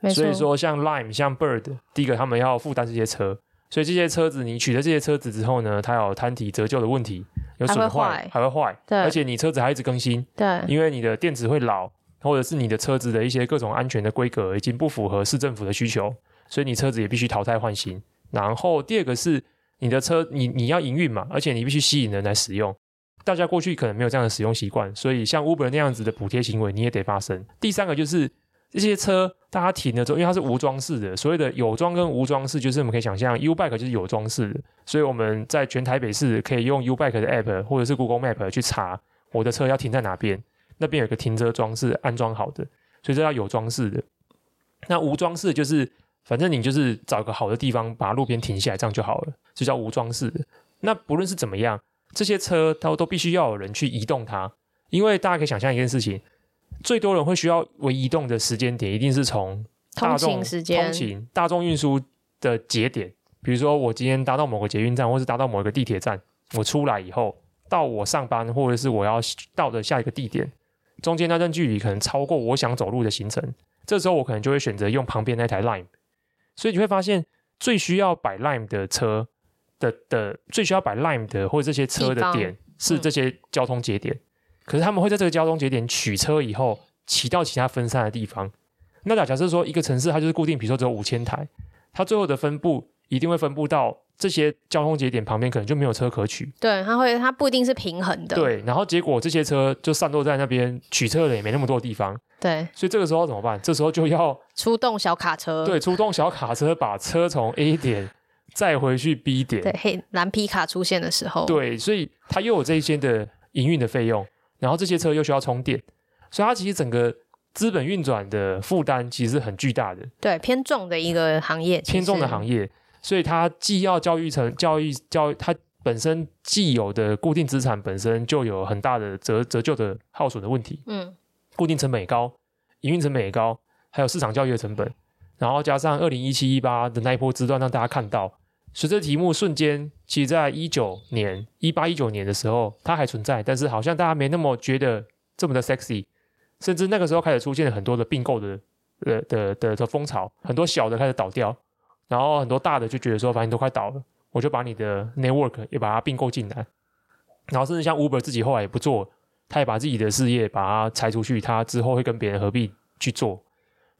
B: 没错。
A: 所以说，像 Lime、像 Bird，第一个他们要负担这些车，所以这些车子你取得这些车子之后呢，它有摊体折旧的问题，有损坏，还会坏，
B: 对
A: 而且你车子还一直更新，
B: 对
A: 因为你的电池会老，或者是你的车子的一些各种安全的规格已经不符合市政府的需求，所以你车子也必须淘汰换新。然后第二个是你的车，你你要营运嘛，而且你必须吸引人来使用。大家过去可能没有这样的使用习惯，所以像 Uber 那样子的补贴行为你也得发生。第三个就是这些车大家停了之后，因为它是无装饰的，所谓的有装跟无装饰，就是我们可以想象 U Bike 就是有装饰的，所以我们在全台北市可以用 U Bike 的 App 或者是 Google Map 去查我的车要停在哪边，那边有个停车装饰安装好的，所以这叫有装饰的。那无装饰就是，反正你就是找个好的地方把路边停下来，这样就好了，这叫无装饰的。那不论是怎么样，这些车它都必须要有人去移动它，因为大家可以想象一件事情，最多人会需要为移动的时间点，一定是从大
B: 通
A: 众
B: 勤时间
A: 通勤、大众运输的节点。比如说，我今天搭到某个捷运站，或是搭到某一个地铁站，我出来以后，到我上班或者是我要到的下一个地点，中间那段距离可能超过我想走路的行程，这时候我可能就会选择用旁边那台 Lime。所以你会发现，最需要摆 Lime 的车的的最需要摆 Lime 的或者这些车
B: 地
A: 的
B: 方嗯
A: 点是这些交通节点，可是他们会在这个交通节点取车以后，骑到其他分散的地方。那假假设说一个城市它就是固定，比如说只有五千台，它最后的分布一定会分布到这些交通节点旁边，可能就没有车可取。
B: 对，它会它不一定是平衡的。
A: 对，然后结果这些车就散落在那边，取车的人也没那么多地方，
B: 对，
A: 所以这个时候要怎么办？这时候就要
B: 出动小卡车。
A: 对出动小卡车把车从 A 点载回去 B 点。
B: 对，黑蓝皮卡出现的时候，
A: 对，所以它又有这一些的营运的费用，然后这些车又需要充电，所以它其实整个资本运转的负担其实是很巨大的，
B: 对偏重的一个行业，
A: 偏重的行
B: 业。
A: 业。所以它既要教育成教育教育它本身既有的固定资产本身就有很大的折折旧的耗损的问题，
B: 嗯，
A: 固定成本也高，营运成本也高，还有市场教育的成本，然后加上二零一七一八的那一波之段，让大家看到，随着题目瞬间，其实在一九年、一八一九年的时候，它还存在，但是好像大家没那么觉得这么的 sexy，甚至那个时候开始出现了很多的并购的的的的的风潮，很多小的开始倒掉，然后很多大的就觉得说，反正你都快倒了，我就把你的 network 也把它并购进来，然后甚至像 Uber 自己后来也不做了他也把自己的事业把它拆出去，他之后会跟别人合并去做。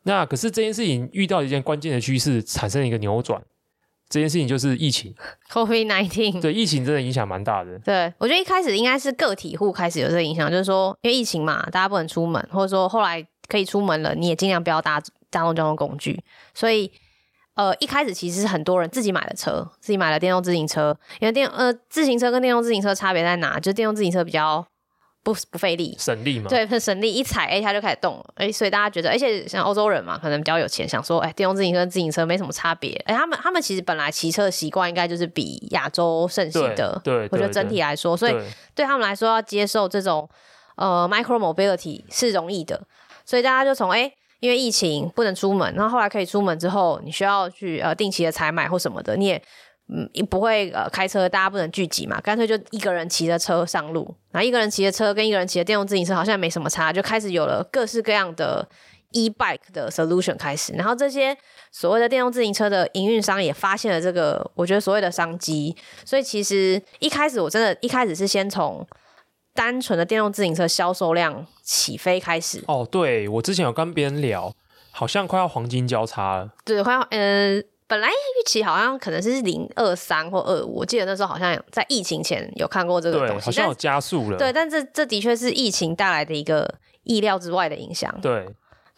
A: 那可是这件事情遇到一件关键的趋势，产生了一个扭转。这件事情就是疫情，
B: ，COVID nineteen。
A: 对疫情真的影响蛮大的。
B: 对，我觉得一开始应该是个体户开始有这个影响，就是说，因为疫情嘛，大家不能出门，或者说后来可以出门了，你也尽量不要搭大众交通工具。所以，呃，一开始其实是很多人自己买了车，自己买了电动自行车，因为电呃自行车跟电动自行车差别在哪？就是电动自行车比较不不费力，
A: 省力嘛。，
B: 对，很省力，一踩哎它就开始动了，哎，所以大家觉得，而且像欧洲人嘛，可能比较有钱，想说，哎，电动自行车、自行车没什么差别，哎，他们他们其实本来骑车的习惯应该就是比亚洲盛行
A: 对
B: 的，
A: 对
B: 我觉得
A: 对
B: 整体来说，所以
A: 对
B: 对他们来说要接受这种呃 micro mobility 是容易的，所以大家就从哎、诶因为疫情不能出门，然后后来可以出门之后，你需要去呃定期的采买或什么的，你也嗯也不会呃开车，大家不能聚集嘛，干脆就一个人骑着车上路，然后一个人骑着车跟一个人骑着电动自行车好像也没什么差，就开始有了各式各样的 e bike 的 solution 开始，然后这些所谓的电动自行车的营运商也发现了这个，我觉得所谓的商机，所以其实一开始我真的一开始是先从单纯的电动自行车销售量起飞开始，
A: 哦，对我之前有跟别人聊，好像快要黄金交叉了。
B: 对，快要呃，本来预期好像可能是零二三或二五，我记得那时候好像在疫情前有看过这个
A: 对，
B: 东
A: 好
B: 西，
A: 像
B: 但
A: 有加速了。
B: 对，但这这的确是疫情带来的一个意料之外的影响。
A: 对，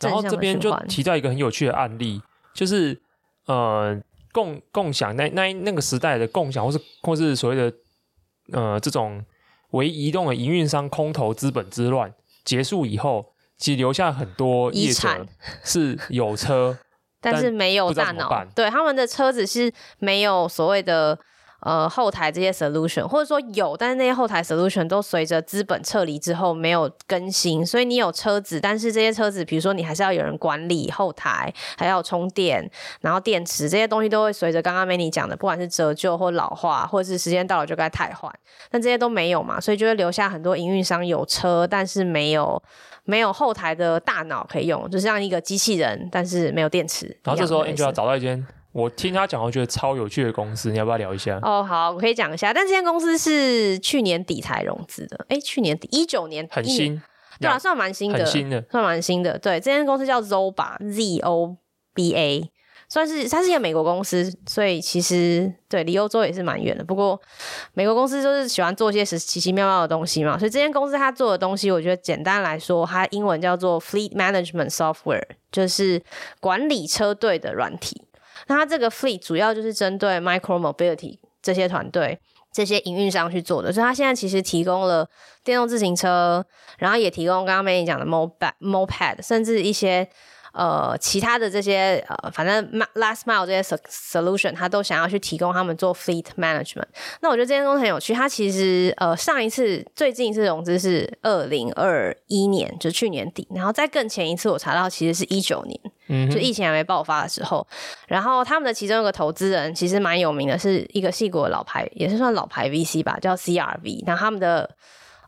A: 然后
B: 正向的
A: 这边
B: 循
A: 就
B: 环
A: 提到一个很有趣的案例，就是呃共共享那那那个时代的共享，或是或是所谓的呃这种为移动的营运商空头资本之乱结束以后，其实留下很多
B: 遗
A: 业者
B: 产
A: 是有 车，
B: 但是没有
A: 不知道
B: 大
A: 怎么
B: 脑
A: 办，
B: 对他们的车子是没有所谓的呃后台这些 solution，或者说有，但是那些后台 solution 都随着资本撤离之后没有更新，所以你有车子，但是这些车子，比如说你还是要有人管理后台，还要有充电，然后电池这些东西都会随着刚刚 Many 讲的，不管是折旧或老化，或者是时间到了就该汰换，但这些都没有嘛，所以就会留下很多营运商有车，但是没有。没有后台的大脑可以用，就像一个机器人，但是没有电池。
A: 然后这时候
B: 一样的意
A: Angela
B: 思
A: 找到一间我听他讲，我觉得超有趣的公司，你要不要聊一下？
B: 哦，好，我可以讲一下，但这间公司是去年底才融资的，诶，去年底一九年
A: 很，
B: 一年
A: 新，
B: 对啊，
A: 两
B: 算蛮新的，
A: 很新的，
B: 算蛮新的。对，这间公司叫 Zoba，Z O B A，算是它是一个美国公司，所以其实对离欧洲也是蛮远的。不过美国公司就是喜欢做一些奇奇妙妙的东西嘛，所以这间公司它做的东西，我觉得简单来说，它英文叫做 Fleet Management Software，就是管理车队的软体。那它这个 Fleet 主要就是针对 Micro Mobility 这些团队。这些营运商去做的，所以它现在其实提供了电动自行车，然后也提供刚刚美你讲的 moped、moped，甚至一些呃其他的这些呃，反正 ma- last mile 这些 so- solution，他都想要去提供他们做 fleet management。那我觉得这间公司很有趣，它其实呃上一次最近一次融资是二零二一年，就是去年底，然后再更前一次我查到其实是一九年。
A: 嗯
B: 就
A: 哼，
B: 疫情还没爆发的时候，然后他们的其中一个投资人其实蛮有名的，是一个戏骨的老牌，也是算老牌 VC 吧，叫 CRV。那他们的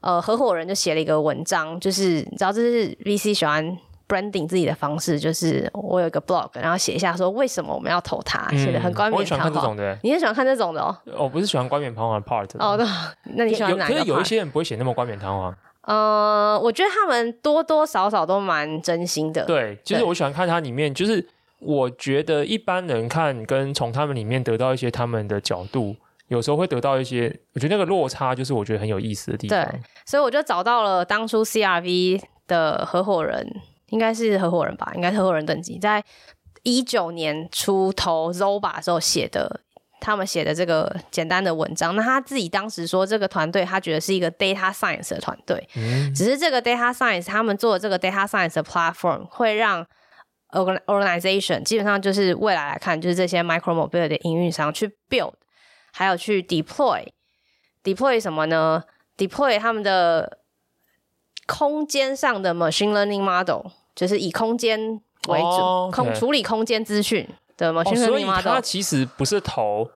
B: 呃合伙人就写了一个文章，就是你知道这是 VC 喜欢 branding 自己的方式，就是我有一个 blog，然后写一下说为什么我们要投它，写的很
A: 嗯
B: 冠
A: 我
B: 冕
A: 很喜欢
B: 堂
A: 看这种。
B: 皇
A: 的，
B: 你很喜欢看这种的哦？
A: 我不是喜欢冠冕堂皇的 part
B: 哦，那那你喜欢
A: 有
B: 哪
A: 可
B: 个 part？
A: 是有一些人不会写那么冠冕堂皇。
B: 呃，我觉得他们多多少少都蛮真心的。
A: 对，就是
B: 对
A: 我喜欢看它里面，就是我觉得一般人看跟从他们里面得到一些他们的角度，有时候会得到一些，我觉得那个落差就是我觉得很有意思的地方。
B: 对所以我就找到了当初 CRV 的合伙人，应该是合伙人吧，应该是合伙人等级，在一九年初投 Zoba 的时候写的，他们写的这个简单的文章。那他自己当时说，这个团队他觉得是一个 data science 的团队，
A: 嗯，
B: 只是这个 data science 他们做的这个 data science 的 platform 会让 organ- organization 基本上就是未来来看，就是这些 micro mobility 的营运商去 build，还有去 deploy。deploy 什么呢？deploy 他们的空间上的 machine learning model，就是以空间为主，
A: 哦
B: 空
A: OK
B: 处理空间资讯的
A: 哦，
B: machine
A: 所
B: learning
A: 以
B: model。
A: 他其实不是投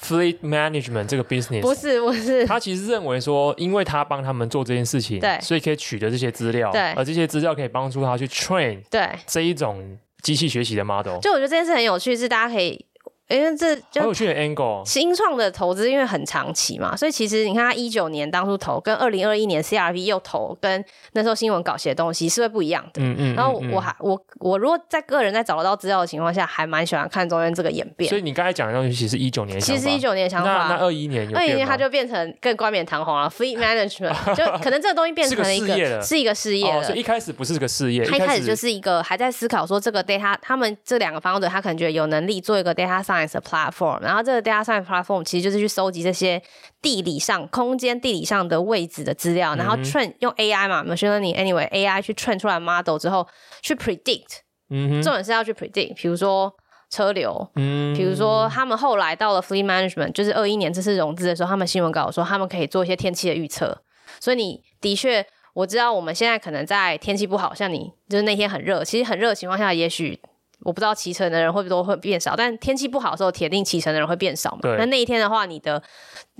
A: fleet management 这个 business，
B: 不是，不是，
A: 他其实认为说，因为他帮他们做这件事情，
B: 对
A: 所以可以取得这些资料，
B: 对
A: 而这些资料可以帮助他去 train
B: 对。
A: 这一种机器学习的 model，
B: 就我觉得这件事很有趣，是大家可以，因为这就
A: 好有趣的 angle，
B: 新创的投资因为很长期嘛，所以其实你看他一九年当初投，跟二零二一年 CRV 又投，跟那时候新闻稿写的东西是会不一样的。
A: 嗯嗯，
B: 然后
A: 嗯嗯
B: 我还我我如果在个人在找得到资料的情况下，还蛮喜欢看中间这个演变
A: 所。以你刚才讲的东西其实一九年的想
B: 其
A: 法，
B: 实一九年的想
A: 那那
B: 法，
A: 二一年有
B: 二
A: 变
B: 一
A: 吗？
B: 年它就变成更冠冕堂皇了，fleet management 就可能这个东西变成了一
A: 是个事业
B: 个
A: 了
B: 是一个事业
A: 哦，
B: 了
A: 所以。一开始不是个事业，
B: 他一开
A: 开
B: 始就是一个还在思考说这个 data，他们这两个 founder 他可能觉得有能力做一个 data science 的 platform，然后这个 data science platform 其实就是去搜集这些地理上、空间地理上的位置的资料，然后
A: 嗯哼
B: train 用 AI 嘛，machine learning anyway AI 去 train 出来 model 之后去 predict，
A: 嗯
B: 重
A: 哼，
B: 点是要去 predict，比如说车流。
A: 嗯
B: 比如说，他们后来到了 Free Management，就是二一年这次融资的时候，他们新闻稿说他们可以做一些天气的预测。所以你的确，我知道我们现在可能在天气不好，像你就是那天很热，其实很热的情况下，也许我不知道骑乘的人会不会会变少，但天气不好的时候，铁定骑乘的人会变少嘛
A: 对。
B: 那那一天的话，你的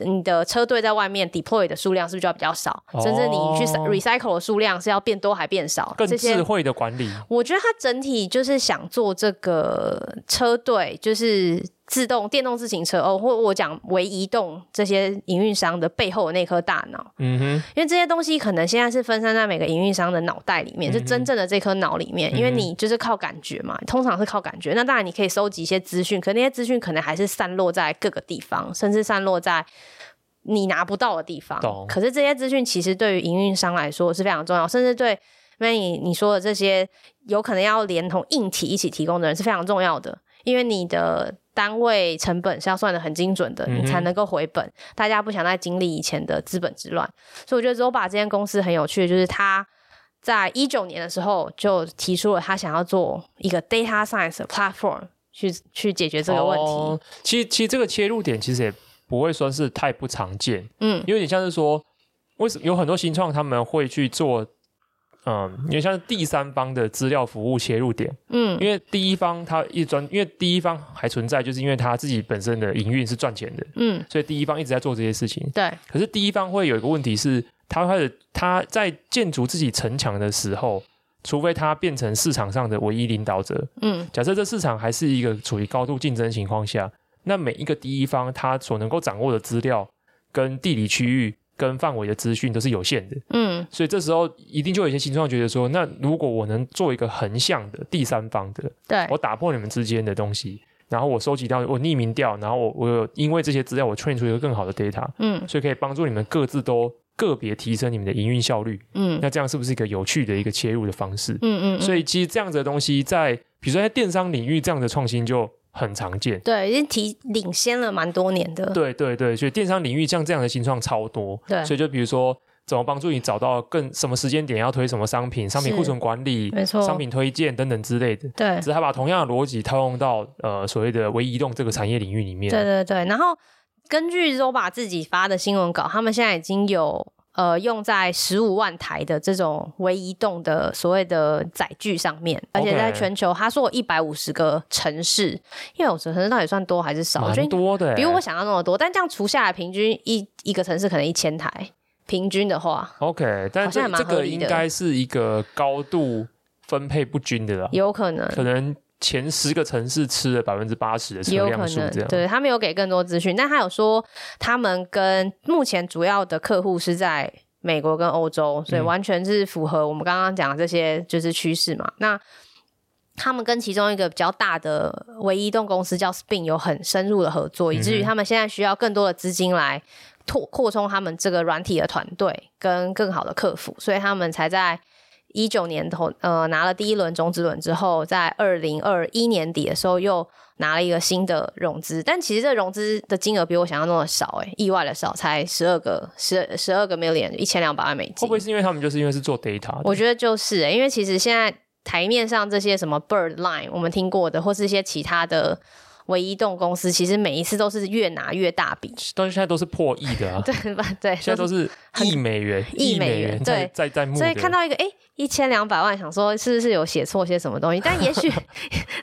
B: 你的车队在外面 deploy 的数量是不是就要比较少？
A: 哦
B: 甚至你去 recycle 的数量是要变多还变少？
A: 更
B: 这些
A: 智慧的管理，
B: 我觉得他整体就是想做这个车队，就是自动电动自行车哦，或我讲为移动这些营运商的背后的那颗大脑，
A: 嗯哼，
B: 因为这些东西可能现在是分散在每个营运商的脑袋里
A: 嗯
B: 面，
A: 哼嗯
B: 是真正的这颗脑里面，因为你就是靠感觉嘛，通常是靠感觉。那当然你可以收集一些资讯，可那些资讯可能还是散落在各个地方，甚至散落在。你拿不到的地方
A: 懂，
B: 可是这些资讯其实对于营运商来说是非常重要，甚至对 Many 你说的这些有可能要连同硬体一起提供的人是非常重要的，因为你的单位成本是要算的很精准的，
A: 嗯哼
B: 你才能够回本。大家不想再经历以前的资本之乱，所以我觉得 Zoba 这间公司很有趣，就是它在一九年的时候就提出了他想要做一个 data science 的 platform 去去解决这个问题。
A: 哦其实其实这个切入点其实也不会算是太不常见，
B: 嗯
A: 有点像是说，为什有很多新创他们会去做，嗯，有点像是第三方的资料服务切入点。
B: 嗯
A: 因为第一方他一直专，因为第一方还存在，就是因为他自己本身的营运是赚钱的，
B: 嗯，
A: 所以第一方一直在做这些事情。
B: 对，
A: 可是第一方会有一个问题是，他开始他在建筑自己城墙的时候，除非他变成市场上的唯一领导者，
B: 嗯
A: 假设这市场还是一个处于高度竞争情况下，那每一个第一方他所能够掌握的资料、跟地理区域、跟范围的资讯都是有限的。
B: 嗯
A: 所以这时候一定就有一些新创觉得说，那如果我能做一个横向的第三方的，
B: 对
A: 我打破你们之间的东西，然后我收集到我匿名掉，然后我我有因为这些资料我 train 出一个更好的 data，
B: 嗯
A: 所以可以帮助你们各自都个别提升你们的营运效率。
B: 嗯
A: 那这样是不是一个有趣的一个切入的方式？
B: 嗯嗯，
A: 所
B: 以
A: 以其实这样子的东西在，比如说在电商领域这样的创新就很常见。
B: 对已经提领先了蛮多年的。
A: 对对对，所以电商领域像这样的新创超多。
B: 嗯对
A: 所以就比如说怎么帮助你找到更什么时间点要推什么商品，商品
B: 是
A: 库存管理、
B: 没错嗯
A: 商品推荐等等之类的。
B: 对
A: 只是他把同样的逻辑套用到呃所谓的微移动这个产业领域里面。
B: 对对对，然后根据 Zoba 自己发的新闻稿，他们现在已经有呃用在十五万台的这种微移动的所谓的载具上面，而且在
A: OK
B: 全球，他说一百五十个城市，因为我城市到底算多还是少？我觉
A: 蛮
B: 得
A: 多的欸、
B: 比我想象中的多，但这样除下来，平均一一个城市可能一千台，平均的话
A: OK，但
B: 好
A: 这
B: 像还蛮
A: 这
B: 合
A: 个
B: 理
A: 应
B: 的
A: 该是一个高度分配不均的啦，
B: 有可能。
A: 可能前十个城市吃了百分之八十的
B: 也
A: 车
B: 有可
A: 辆数
B: 能
A: 这，样。
B: 对他没有给更多资讯，但他有说他们跟目前主要的客户是在美国跟欧洲，所以
A: 嗯
B: 完全是符合我们刚刚讲的这些就是趋势嘛。那他们跟其中一个比较大的唯一移动公司叫 Spin 有很深入的合作，以至于
A: 嗯哼
B: 他们现在需要更多的资金来拓扩充他们这个软体的团队跟更好的客服，所以他们才在一九年头呃拿了第一轮种子轮之后，在二零二一年底的时候又拿了一个新的融资，但其实这融资的金额比我想象中的少、欸，意外的少，才十二个十十二个 million 一千两百万美金，
A: 会不会是因为他们就是因为是做 data？的
B: 我觉得就是、欸，因为其实现在台面上这些什么 Bird Line 我们听过的，或是一些其他的唯一动公司，其实每一次都是越拿越大笔，，
A: 但是现在都是破亿的啊
B: 对吧？对，
A: 现在都是亿美元，
B: 亿
A: 亿美
B: 美元
A: 元在
B: 对
A: 在在募的，
B: 所以看到一个哎一千两百万，想说是不是有写错些什么东西？但 也许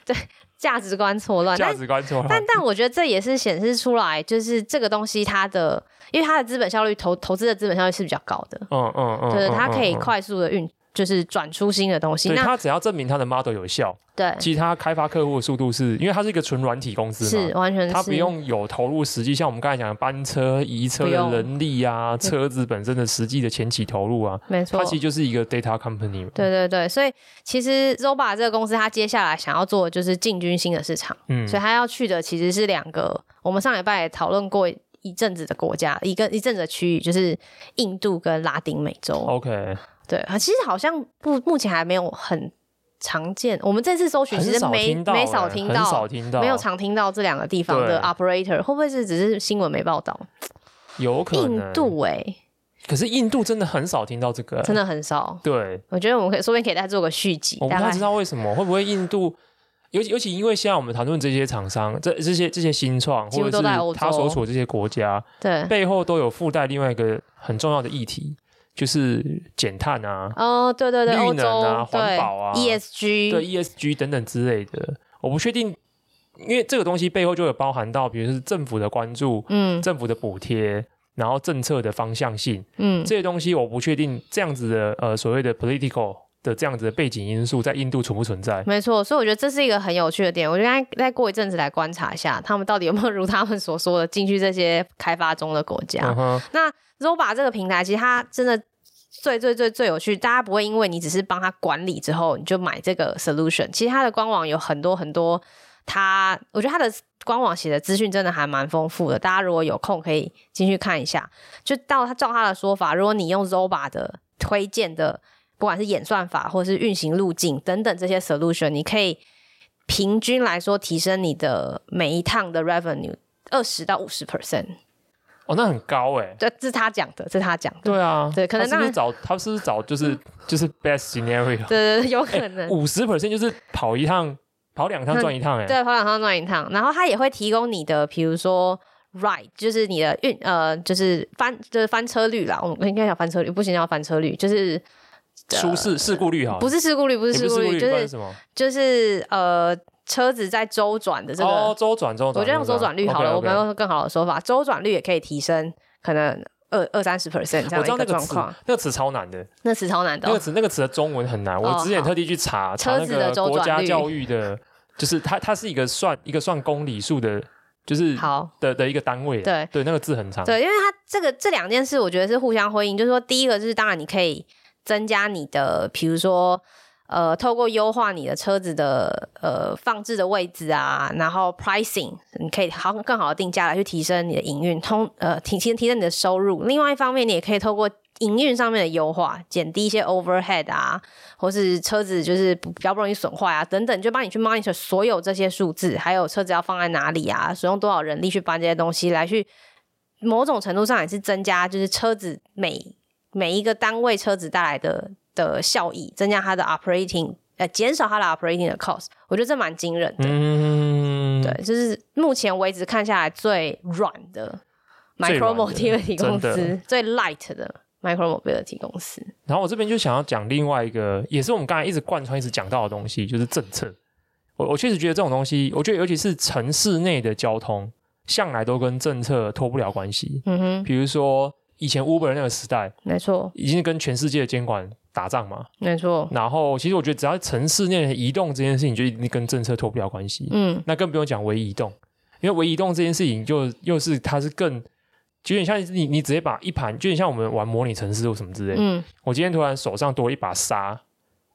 B: 对价值观错乱，
A: 价
B: 但
A: 值观错
B: 但
A: 乱。
B: 但我觉得这也是显示出来，就是这个东西它的，因为它的资本效率投投资的资本效率是比较高的，
A: 嗯嗯嗯，
B: 就是
A: 嗯
B: 它可以。
A: 嗯嗯
B: 快速的运，就是转出新的东西。
A: 对
B: 那
A: 他只要证明他的 model 有效，
B: 对，
A: 其实他开发客户的速度是因为它是一个纯软体公司嘛
B: 是，完全是
A: 它不用有投入实际，像我们刚才讲的班车、移车
B: 不
A: 的
B: 用
A: 人力啊，车子本身的实际的前期投入啊，
B: 没错，
A: 它其实就是一个 data company 嘛。
B: 对对对，所以其实 Zoba 这个公司，它接下来想要做的就是进军新的市场，
A: 嗯
B: 所以它要去的其实是两个，我们上礼拜也讨论过一阵子的国家，一个一阵子的区域，就是印度跟拉丁美洲。
A: 哦，OK，
B: 对啊，其实好像不目前还没有很常见，我们这次搜寻其
A: 很
B: 实
A: 少
B: 没
A: 听到、欸，
B: 没少听
A: 很
B: 到
A: 少，听到，
B: 没有常听到这两个地方
A: 对
B: 的 operator，会不会是只是新闻没报道？
A: 有可能。
B: 印度哎、
A: 可是印度真的很少听到这个、欸
B: 真的很少。
A: 对，
B: 我觉得我们可以，说不定可以再做个续集，
A: 我不
B: 大
A: 太
B: 概
A: 知道为什么，会不会印度，尤其尤其因为现在我们谈论这些厂商，这这些这些新创，
B: 几乎
A: 或者
B: 都
A: 是
B: 在欧洲
A: 他所处的这些国家，
B: 对。
A: 背后都有附带另外一个很重要的议题，就是减碳啊、
B: 哦，对对对，
A: 绿
B: 欧洲
A: 能啊
B: 对，E
A: 环保啊
B: ESG，
A: 对 ESG 等等之类的。我不确定，因为这个东西背后就有包含到，比如说是政府的关注、
B: 嗯
A: 政府的补贴，然后政策的方向性
B: 嗯，
A: 这些东西，我不确定这样子的呃所谓的 political 的这样子的背景因素在印度存不存在。
B: 没错，所以我觉得这是一个很有趣的点。我觉得该再过一阵子来观察一下，他们到底有没有如他们所说的进去这些开发中的国家。
A: 嗯哼，
B: 那 Zoba 这个平台，其实它真的最最最最有趣，大家不会因为你只是帮他管理之后，你就买这个 solution。其实它的官网有很多很多它，我觉得它的官网写的资讯真的还蛮丰富的，大家如果有空可以进去看一下。就到他照他的说法，如果你用 Zoba 的推荐的，不管是演算法或是运行路径等等这些 solution，你可以平均来说提升你的每一趟的 revenue 二十到五十 percent。
A: 哦，那很高哎、
B: 对，这是他讲的，这是他讲的。
A: 对啊，
B: 嗯对可能
A: 他是
B: 当
A: 不
B: 然
A: 是找他是不是找就是就是 best scenario，
B: 对对对，有
A: 哎
B: 可能。
A: 五十 percent 就是跑一趟跑两趟
B: 那
A: 赚一趟哎、
B: 对，跑啊两趟转一趟，然后它也会提供你的，比如说 ride，就是你的运呃，就是翻就是翻车率啦。我们应该叫翻车率，不行叫翻车率，就是
A: 出事事故率好了，
B: 不是事故率，不是
A: 哦也不
B: 事
A: 是
B: 故率，
A: 不
B: 就
A: 然
B: 是
A: 什么？
B: 就是呃，车子在周转的这个，
A: 哦，周转周转，
B: 我觉得用周转率好了，我
A: OK，OK
B: 们用更好的说法，周转率也可以提升，可能。二二三十 percent 这
A: 我
B: 样
A: 知道那
B: 的一
A: 个
B: 状
A: 词
B: 况，，
A: 那个词超难的，
B: 那词超难的
A: 那
B: 哦、
A: 个词那个词的中文很难。
B: 哦
A: 我之前
B: 好
A: 特地去查查
B: 车
A: 那
B: 子的
A: 个
B: 周转率
A: 国家教育的，就是它它是一个算一个算公里数的，就是
B: 好，
A: 的的一个单位。啊
B: 对
A: 对，那个字很长。
B: 对，因为它这个这两件事，我觉得是互相辉映。就是说，第一个就是当然你可以增加你的，比如说呃，透过优化你的车子的呃放置的位置啊，然后 pricing，你可以好更好的定价来去提升你的营运通呃提提提升你的收入。另外一方面，你也可以透过营运上面的优化，减低一些 overhead 啊，或是车子就是不比较不容易损坏啊等等，就帮你去 monitor 所有这些数字，还有车子要放在哪里啊，使用多少人力去搬这些东西来去，某种程度上也是增加就是车子每每一个单位车子带来的的效益，增加它的 operating 呃减少它的 operating 的 cost，我觉得这蛮惊人的。
A: 嗯，
B: 对，就是目前为止看下来最软的
A: 最
B: micro
A: 软的
B: mobility 公
A: 真
B: 司，最 light 的 micro mobility 公司。
A: 然后我这边就想要讲另外一个，也是我们刚才一直贯穿一直讲到的东西，就是政策。我我确实觉得这种东西，我觉得尤其是城市内的交通，向来都跟政策脱不了关系。
B: 嗯哼，
A: 比如说以前 Uber 那个时代，
B: 没错，
A: 已经跟全世界的监管打仗嘛。
B: 没错。
A: 然后其实我觉得，只要城市内的移动这件事情，就一定跟政策脱不了关系。
B: 嗯
A: 那更不用讲微移动，因为微移动这件事情就又是它是更，就有点像你你直接把一盘，就有点像我们玩模拟城市或什么之类的。
B: 嗯，
A: 我今天突然手上多了一把沙，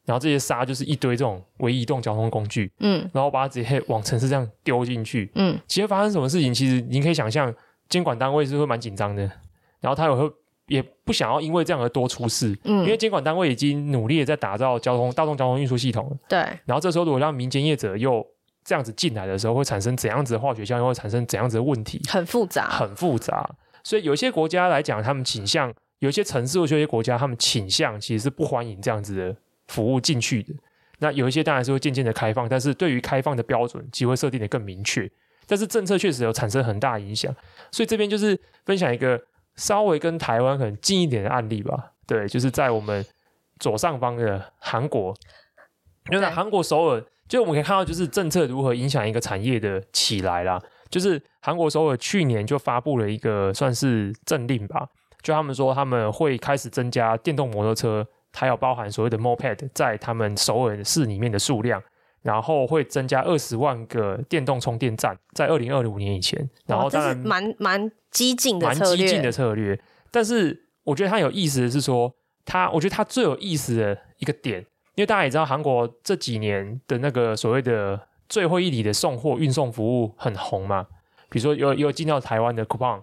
A: 然后这些沙就是一堆这种微移动交通工具，
B: 嗯
A: 然后我把它直接往城市这样丢进去，
B: 嗯，
A: 其实发生什么事情，其实你可以想象，监管单位是会蛮紧张的，然后他也会也不想要因为这样而多出事，
B: 嗯
A: 因为监管单位已经努力的在打造交通大众交通运输系统了，
B: 对，
A: 然后这时候如果让民间业者又这样子进来的时候，会产生怎样子的化学效应，会产生怎样子的问题，
B: 很复杂。
A: 很复杂。所以有一些国家来讲，他们倾向有一些城市或者有一些国家，他们倾向其实是不欢迎这样子的服务进去的。那有一些当然是会渐渐的开放，但是对于开放的标准，其实会设定的更明确。但是政策确实有产生很大影响，所以这边就是分享一个稍微跟台湾很近一点的案例吧。对，就是在我们左上方的韩国，因为
B: 对
A: 韩国首尔，就我们可以看到，就是政策如何影响一个产业的起来啦。就是韩国首尔去年就发布了一个算是政令吧，就他们说他们会开始增加电动摩托车，还有包含所谓的 moped 在他们首尔市里面的数量，然后会增加二十万个电动充电站，在二零二五年以前。然后
B: 哇这
A: 当
B: 是
A: 然
B: 蛮蛮激进的
A: 蛮
B: 策
A: 激
B: 略，
A: 进的策略。但是我觉得它有意思的是说，它我觉得它最有意思的一个点，因为大家也知道韩国这几年的那个所谓的最后一里的送货运送服务很红嘛，比如说有有进到台湾的 coupon，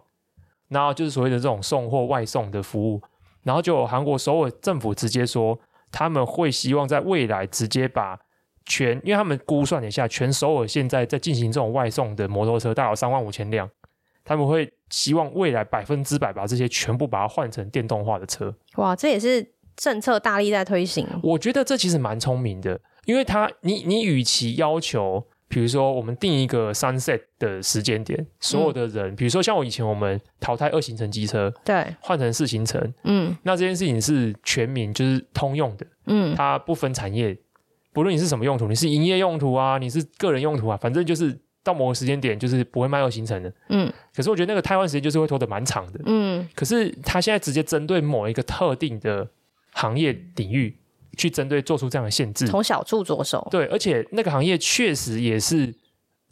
A: 然后就是所谓的这种送货外送的服务，然后就有韩国首尔政府直接说他们会希望在未来直接把全，因为他们估算了一下，全首尔现在在进行这种外送的摩托车大有三万五千辆，他们会希望未来百分之百把这些全部把它换成电动化的车。
B: 哇，这也是政策大力在推行。
A: 我觉得这其实蛮聪明的，因为它你你与其要求，比如说我们定一个 sunset 的时间点，所有的人，比如说像我以前我们淘汰二行程机车
B: 对，
A: 换成四行程，
B: 嗯
A: 那这件事情是全民就是通用的，
B: 嗯，
A: 它不分产业，不论你是什么用途，你是营业用途啊，你是个人用途啊，反正就是到某个时间点就是不会卖二行程的。
B: 嗯
A: 可是我觉得那个汰换时间就是会拖得蛮长的。
B: 嗯
A: 可是他现在直接针对某一个特定的行业领域去针对做出这样的限制，
B: 从小处着手。
A: 对，而且那个行业确实也是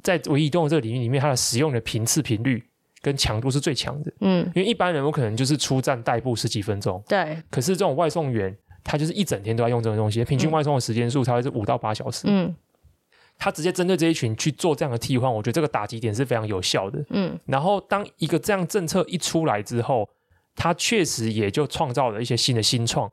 A: 在微移动的这个领域里面，它的使用的频次、频率跟强度是最强的。
B: 嗯，
A: 因为一般人我可能就是出站代步十几分钟，
B: 对，
A: 可是这种外送员他就是一整天都在用这种东西，平均
B: 嗯
A: 外送的时间数才会是五到八小时。
B: 嗯
A: 他直接针对这一群去做这样的替换，我觉得这个打击点是非常有效的。
B: 嗯
A: 然后当一个这样政策一出来之后，它确实也就创造了一些新的新创，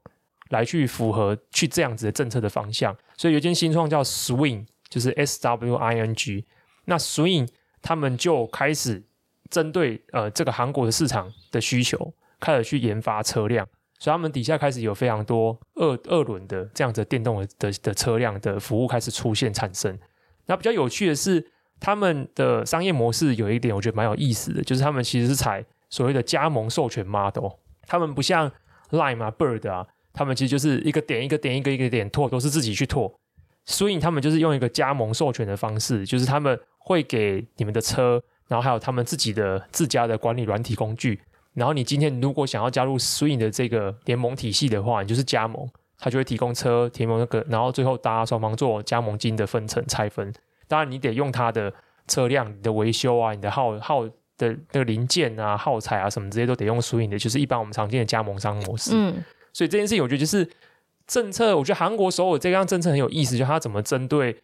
A: 来去符合去这样子的政策的方向。所以有一间新创叫 Swing，就是 S W I N G。那 Swing 他们就开始针对呃这个韩国的市场的需求，开始去研发车辆。所以他们底下开始有非常多二二轮的这样子的电动的的的车辆的服务开始出现产生。那比较有趣的是，他们的商业模式有一点我觉得蛮有意思的，就是他们其实是采所谓的加盟授权 model，他们不像 Lime 啊、Bird 啊，他们其实就是一个点一个点一个一个点拓，都是自己去拓。所以他们就是用一个加盟授权的方式，就是他们会给你们的车，然后还有他们自己的自家的管理软体工具。然后你今天如果想要加入 Swing 的这个联盟体系的话，你就是加盟，他就会提供车、提供那个，呃然后最后大家双方做加盟金的分成拆分。当然，你得用它的车辆、你的维修啊、你的耗耗的那个零件啊、耗材啊什么这些都得用 Swing 的，就是一般我们常见的加盟商模式。
B: 嗯
A: 所以这件事情，我觉得就是政策，我觉得韩国首尔这项政策很有意思，就是它怎么针对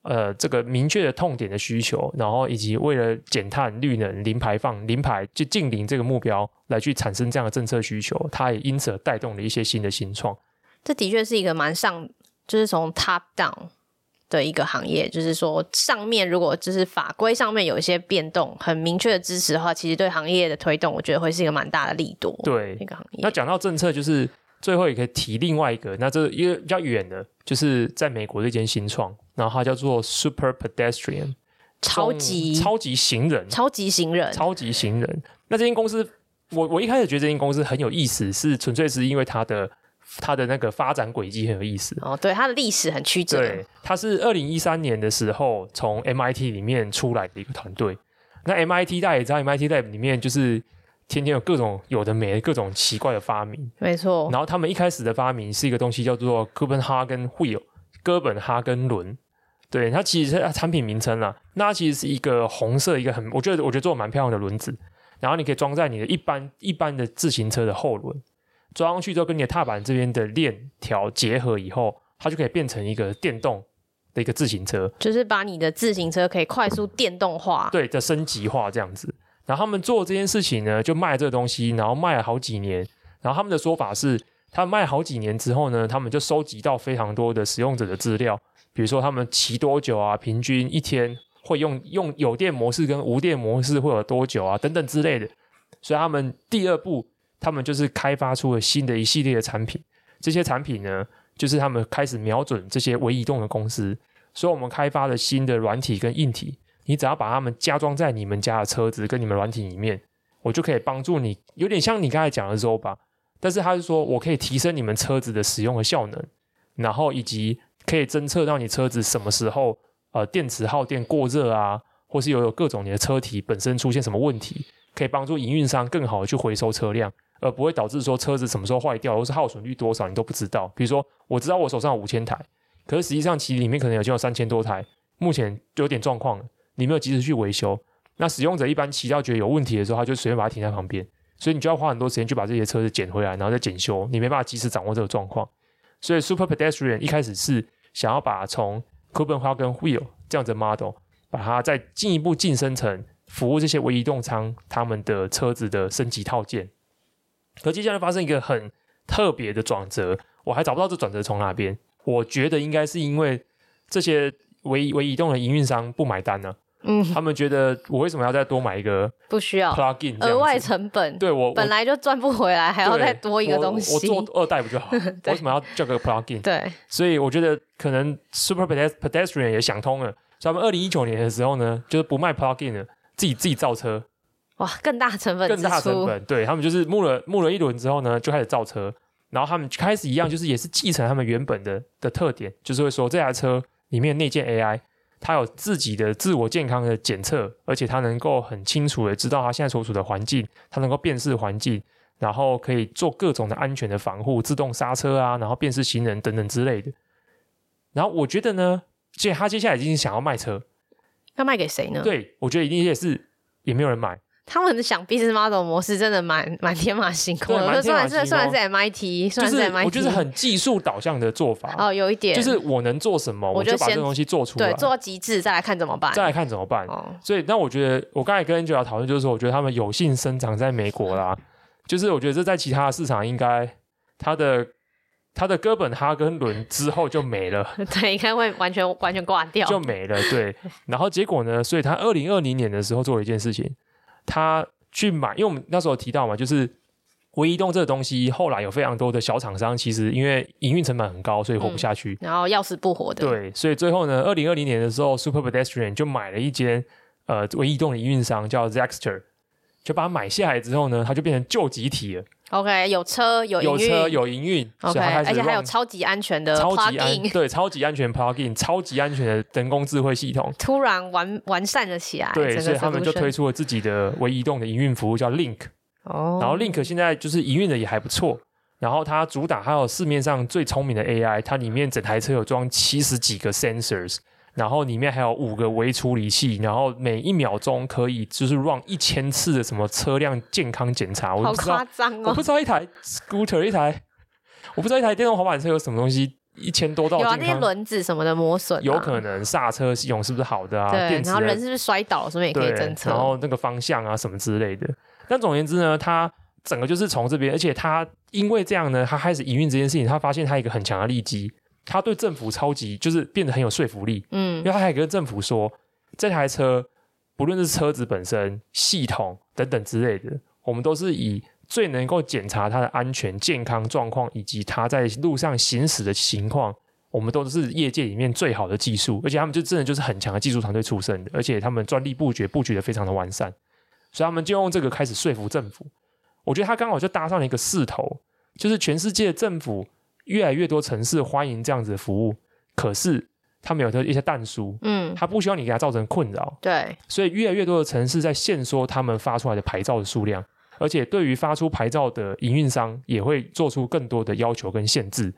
A: 呃这个明确的痛点的需求，然后以及为了减碳、绿能、零排放、零排就近零这个目标来去产生这样的政策需求，它也因此而带动了一些新的新创。
B: 这的确是一个蛮上，就是从 top down 的一个行业，就是说上面如果就是法规上面有一些变动，很明确的支持的话，其实对行业的推动，我觉得会是一个蛮大的力度。，
A: 对
B: 一，个行
A: 那
B: 业。
A: 讲到政策，就是最后也可以提另外一个，那这因为比较远的，就是在美国的一间新创，然后它叫做 Super Pedestrian，
B: 超级
A: 中超级行人，
B: 超级行人，
A: 超级行人。那这间公司，我我一开始觉得这间公司很有意思，是纯粹是因为它的它的那个发展轨迹很有意思。
B: 哦，对，它的历史很曲折。
A: 对，它是二零一三年的时候从 MIT 里面出来的一个团队。那 MIT 大家也知道，MIT Lab 里面就是天天有各种有的没的各种奇怪的发明。
B: 没错。
A: 然后他们一开始的发明是一个东西叫做哥本哈根 wheel，哥本哈根轮。对，它其实是它产品名称啦。那它其实是一个红色，一个很我觉得我觉得做得蛮漂亮的轮子，然后你可以装在你的一般一般的自行车的后轮，装上去之后跟你的踏板这边的链条结合以后，它就可以变成一个电动的一个自行车。
B: 就是把你的自行车可以快速电动化，
A: 对的升级化这样子。然后他们做这件事情呢，就卖这个东西，然后卖了好几年。然后他们的说法是，他卖好几年之后呢，他们就收集到非常多的使用者的资料，比如说他们骑多久啊，平均一天会用用有电模式跟无电模式会有多久啊，等等之类的。所以他们第二步，他们就是开发出了新的一系列的产品。这些产品呢，就是他们开始瞄准这些微移动的公司，所以我们开发了新的软体跟硬体，你只要把它们加装在你们家的车子跟你们软体里面，我就可以帮助你，有点像你刚才讲的 Zoba，但是它是说我可以提升你们车子的使用和效能，然后以及可以侦测到你车子什么时候呃电池耗电过热啊，或是有有各种你的车体本身出现什么问题，可以帮助营运商更好的去回收车辆。而不会导致说车子什么时候坏掉，或是耗损率多少你都不知道。比如说，我知道我手上有五千台，可是实际上其实里面可能有就有三千多台，目前就有点状况了。你没有及时去维修，那使用者一般骑到觉得有问题的时候，他就随便把它停在旁边，所以你就要花很多时间去把这些车子捡回来，然后再检修，你没办法及时掌握这个状况。所以 Super Pedestrian 一开始是想要把从 c o p e n h a g e n Wheel 这样子的 model，把它再进一步晋升成服务这些微移动舱他们的车子的升级套件。可接下来发生一个很特别的转折，我还找不到这转折从哪边。我觉得应该是因为这些为为移动的营运商不买单啊呢、
B: 嗯，
A: 他们觉得我为什么要再多买一个
B: 不需要
A: plugin 这样
B: 哦额外
A: 子
B: 成本，
A: 对我
B: 本
A: 来
B: 来就赚不回来，还要再多一个东
A: 我
B: 西。
A: 做二代不就 好？我为什么要叫个 plugin？
B: 对，
A: 所以我觉得可能 Super Pedes- Pedestrian 也想通了，所以他们二零一九年的时候呢，就是不卖 plugin 了，自己自己造车，
B: 哇，更大成本
A: 更
B: 支
A: 大成
B: 出，
A: 本。对他们就是募了募了一轮之后呢，就开始造车，然后他们开始一样，就是也是继承他们原本的的特点，就是会说这台车里面内建 AI，它有自己的自我健康的检测，而且它能够很清楚的知道它现在所处的环境，它能够辨识环境。然后可以做各种的安全的防护，自动刹车啊，然后辨识行人等等之类的。然后我觉得呢，接他接下来已经想要卖车，
B: 要卖给谁呢？
A: 对我觉得一定也是也没有人买，
B: 他们想 business model 模式真的蛮蛮天马行空
A: 对
B: 的。
A: 蛮天
B: 就虽
A: 马
B: 然
A: 行空
B: 是虽然是 MIT，虽
A: 就
B: 然
A: 是
B: MIT，
A: 我就是很技术导向的做法，
B: 哦，有一点
A: 就是我能做什么，
B: 我
A: 我
B: 就
A: 就把这
B: 先
A: 个东西做出来，
B: 对做到极致，再来看怎么办。
A: 再来看怎么办。
B: 哦，
A: 所以，那我觉得我刚才跟 Angela 讨论，就是说，我觉得他们有幸生长在美国啦，就是我觉得这在其他的市场应该它的它的哥本哈根轮之后就没 了，
B: 对，应该会完全完全挂掉。
A: 就没了。对，然后结果呢？所以他二零二零年的时候做了一件事情，他去买，因为我们那时候有提到嘛，就是。微移动这个东西，后来有非常多的小厂商，其实因为营运成本很高，所以
B: 嗯
A: 活不下去。
B: 然后要死不活的，，
A: 对，所以最后呢，二零二零年的时候，Super Pedestrian 就买了一间呃微移动的营运商叫 Zaxter，就把它买下来之后呢，它就变成旧集体了，
B: OK，有车有
A: 有
B: 营运
A: 车有营运，所以
B: OK，
A: 它开始
B: 而且还有
A: run
B: 超级安全的
A: 超级安
B: plugin，
A: 对超级安全 plugin，超级安全的人工智慧系统。
B: 突然完完善了起来。
A: 对，
B: 整
A: 所以
B: 哎个
A: 他们就
B: solution
A: 推出了自己的微移动的营运服务，叫 Link。
B: 哦，
A: 然后 Link 现在就是营运的也还不错，然后它主打还有市面上最聪明的 AI，它里面整台车有装七十几个 sensors，然后里面还有五个微处理器，然后每一秒钟可以就是 run 一千次的什么车辆健康检查，我
B: 好
A: 不知道
B: 夸，张
A: 我
B: 哦
A: 不。知道一台 scooter 一台，我不知道一台电动滑板车有什么东西一千多道
B: 有啊，
A: 健
B: 那些
A: 康。
B: 轮子什么的磨损啊、
A: 有可能刹车系统是不是好的啊？
B: 对
A: 电，池
B: 然后
A: 的
B: 人是不是摔倒了，顺便也可
A: 对，
B: 以侦测。
A: 然后那个方向啊什么之类的。但总而言之呢，它整个就是从这边，而且它因为这样呢，它开始营运这件事情，它发现它有一个很强的利基，它对政府超级就是变得很有说服力，因
B: 嗯
A: 为它还跟政府说这台车不论是车子本身、系统等等之类的，我们都是以。最能够检查它的安全、健康状况，以及它在路上行驶的情况，我们都是业界里面最好的技术，而且他们就真的就是很强的技术团队出身的，而且他们专利布局布局的非常的完善，所以他们就用这个开始说服政府。我觉得他刚好就搭上了一个势头，就是全世界政府越来越多城市欢迎这样子的服务，可是他们有的一些淡书，
B: 嗯，
A: 他不希望你给他造成困扰，
B: 对，
A: 所以越来越多的城市在限缩他们发出来的牌照的数量，而且对于发出牌照的营运商也会做出更多的要求跟限制。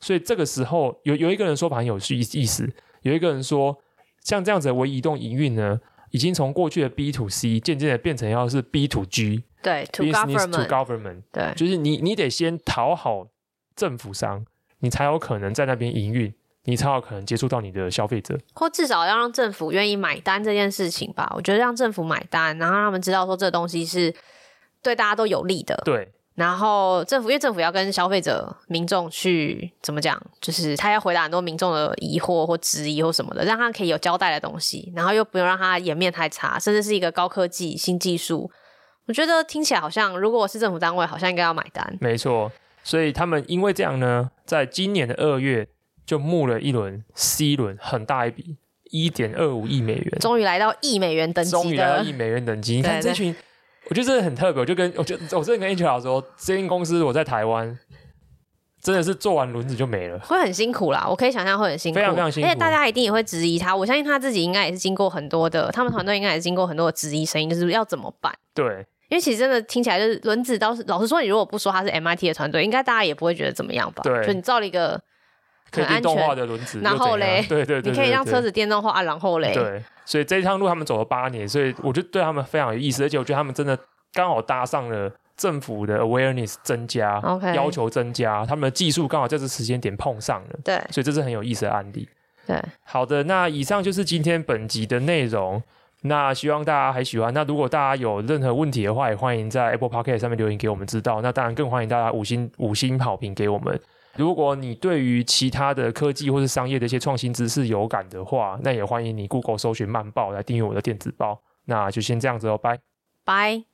A: 所以这个时候，有有一个人说法很有趣意思，有一个人说，像这样子的微移动营运呢，已经从过去的 B to C 渐渐的变成要是 B to G，business
B: 对，to
A: to
B: government，
A: government，
B: 对，
A: 就是你你得先讨好政府商，你才有可能在那边营运，你才有可能接触到你的消费者。
B: 或至少要让政府愿意买单这件事情吧。我觉得让政府买单，然后让他们知道说这东西是对大家都有利的。
A: 对，
B: 然后政府，因为政府要跟消费者、民众去怎么讲，就是他要回答很多民众的疑惑或质疑或什么的，让他可以有交代的东西，然后又不用让他颜面太差，甚至是一个高科技新技术。我觉得听起来好像，如果我是政府单位，好像应该要买单。
A: 没错，所以他们因为这样呢，在今年的二月就募了一轮 C 轮，很大一笔，一点二五亿美元，
B: 终于来到亿美元等
A: 终
B: 级
A: 于来到
B: 的
A: 亿，美元等级。你看
B: 对
A: 这群，我觉得真的很特别。我就跟我就我真的跟 Angela 说，这间公司我在台湾真的是做完轮子就没了。
B: 会很辛苦啦。我可以想象会很辛苦，
A: 非常非常辛苦
B: 而且大家一定也会质疑他。我相信他自己应该也是经过很多的，他们团队应该也是经过很多的质疑声音，就是要怎么办。
A: 对，
B: 因为其实真的听起来就是轮子，倒是老实说，你如果不说它是 MIT 的团队，应该大家也不会觉得怎么样吧？
A: 对
B: 就你造了一个
A: 可以
B: 很
A: 电
B: 安
A: 动化
B: 全，
A: 的轮子又怎
B: 然
A: 样，
B: 后嘞
A: 对对对对，
B: 你可以让
A: 对
B: 车子电动化，啊然后嘞，
A: 对，所以这一趟路他们走了八年，所以我觉得对他们非常有意思，而且我觉得他们真的刚好搭上了政府的 awareness 增加
B: OK
A: 要求增加，他们的技术刚好在这时间点碰上了，
B: 对
A: 所以这是很有意思的案例。
B: 对，
A: 好的，那以上就是今天本集的内容。那希望大家还喜欢。那如果大家有任何问题的话，也欢迎在 Apple Podcast 上面留言给我们知道。那当然更欢迎大家五星五星好评给我们。如果你对于其他的科技或是商业的一些创新知识有感的话，那也欢迎你 Google 搜寻慢报来订阅我的电子报。那就先这样子哦，拜。
B: 拜。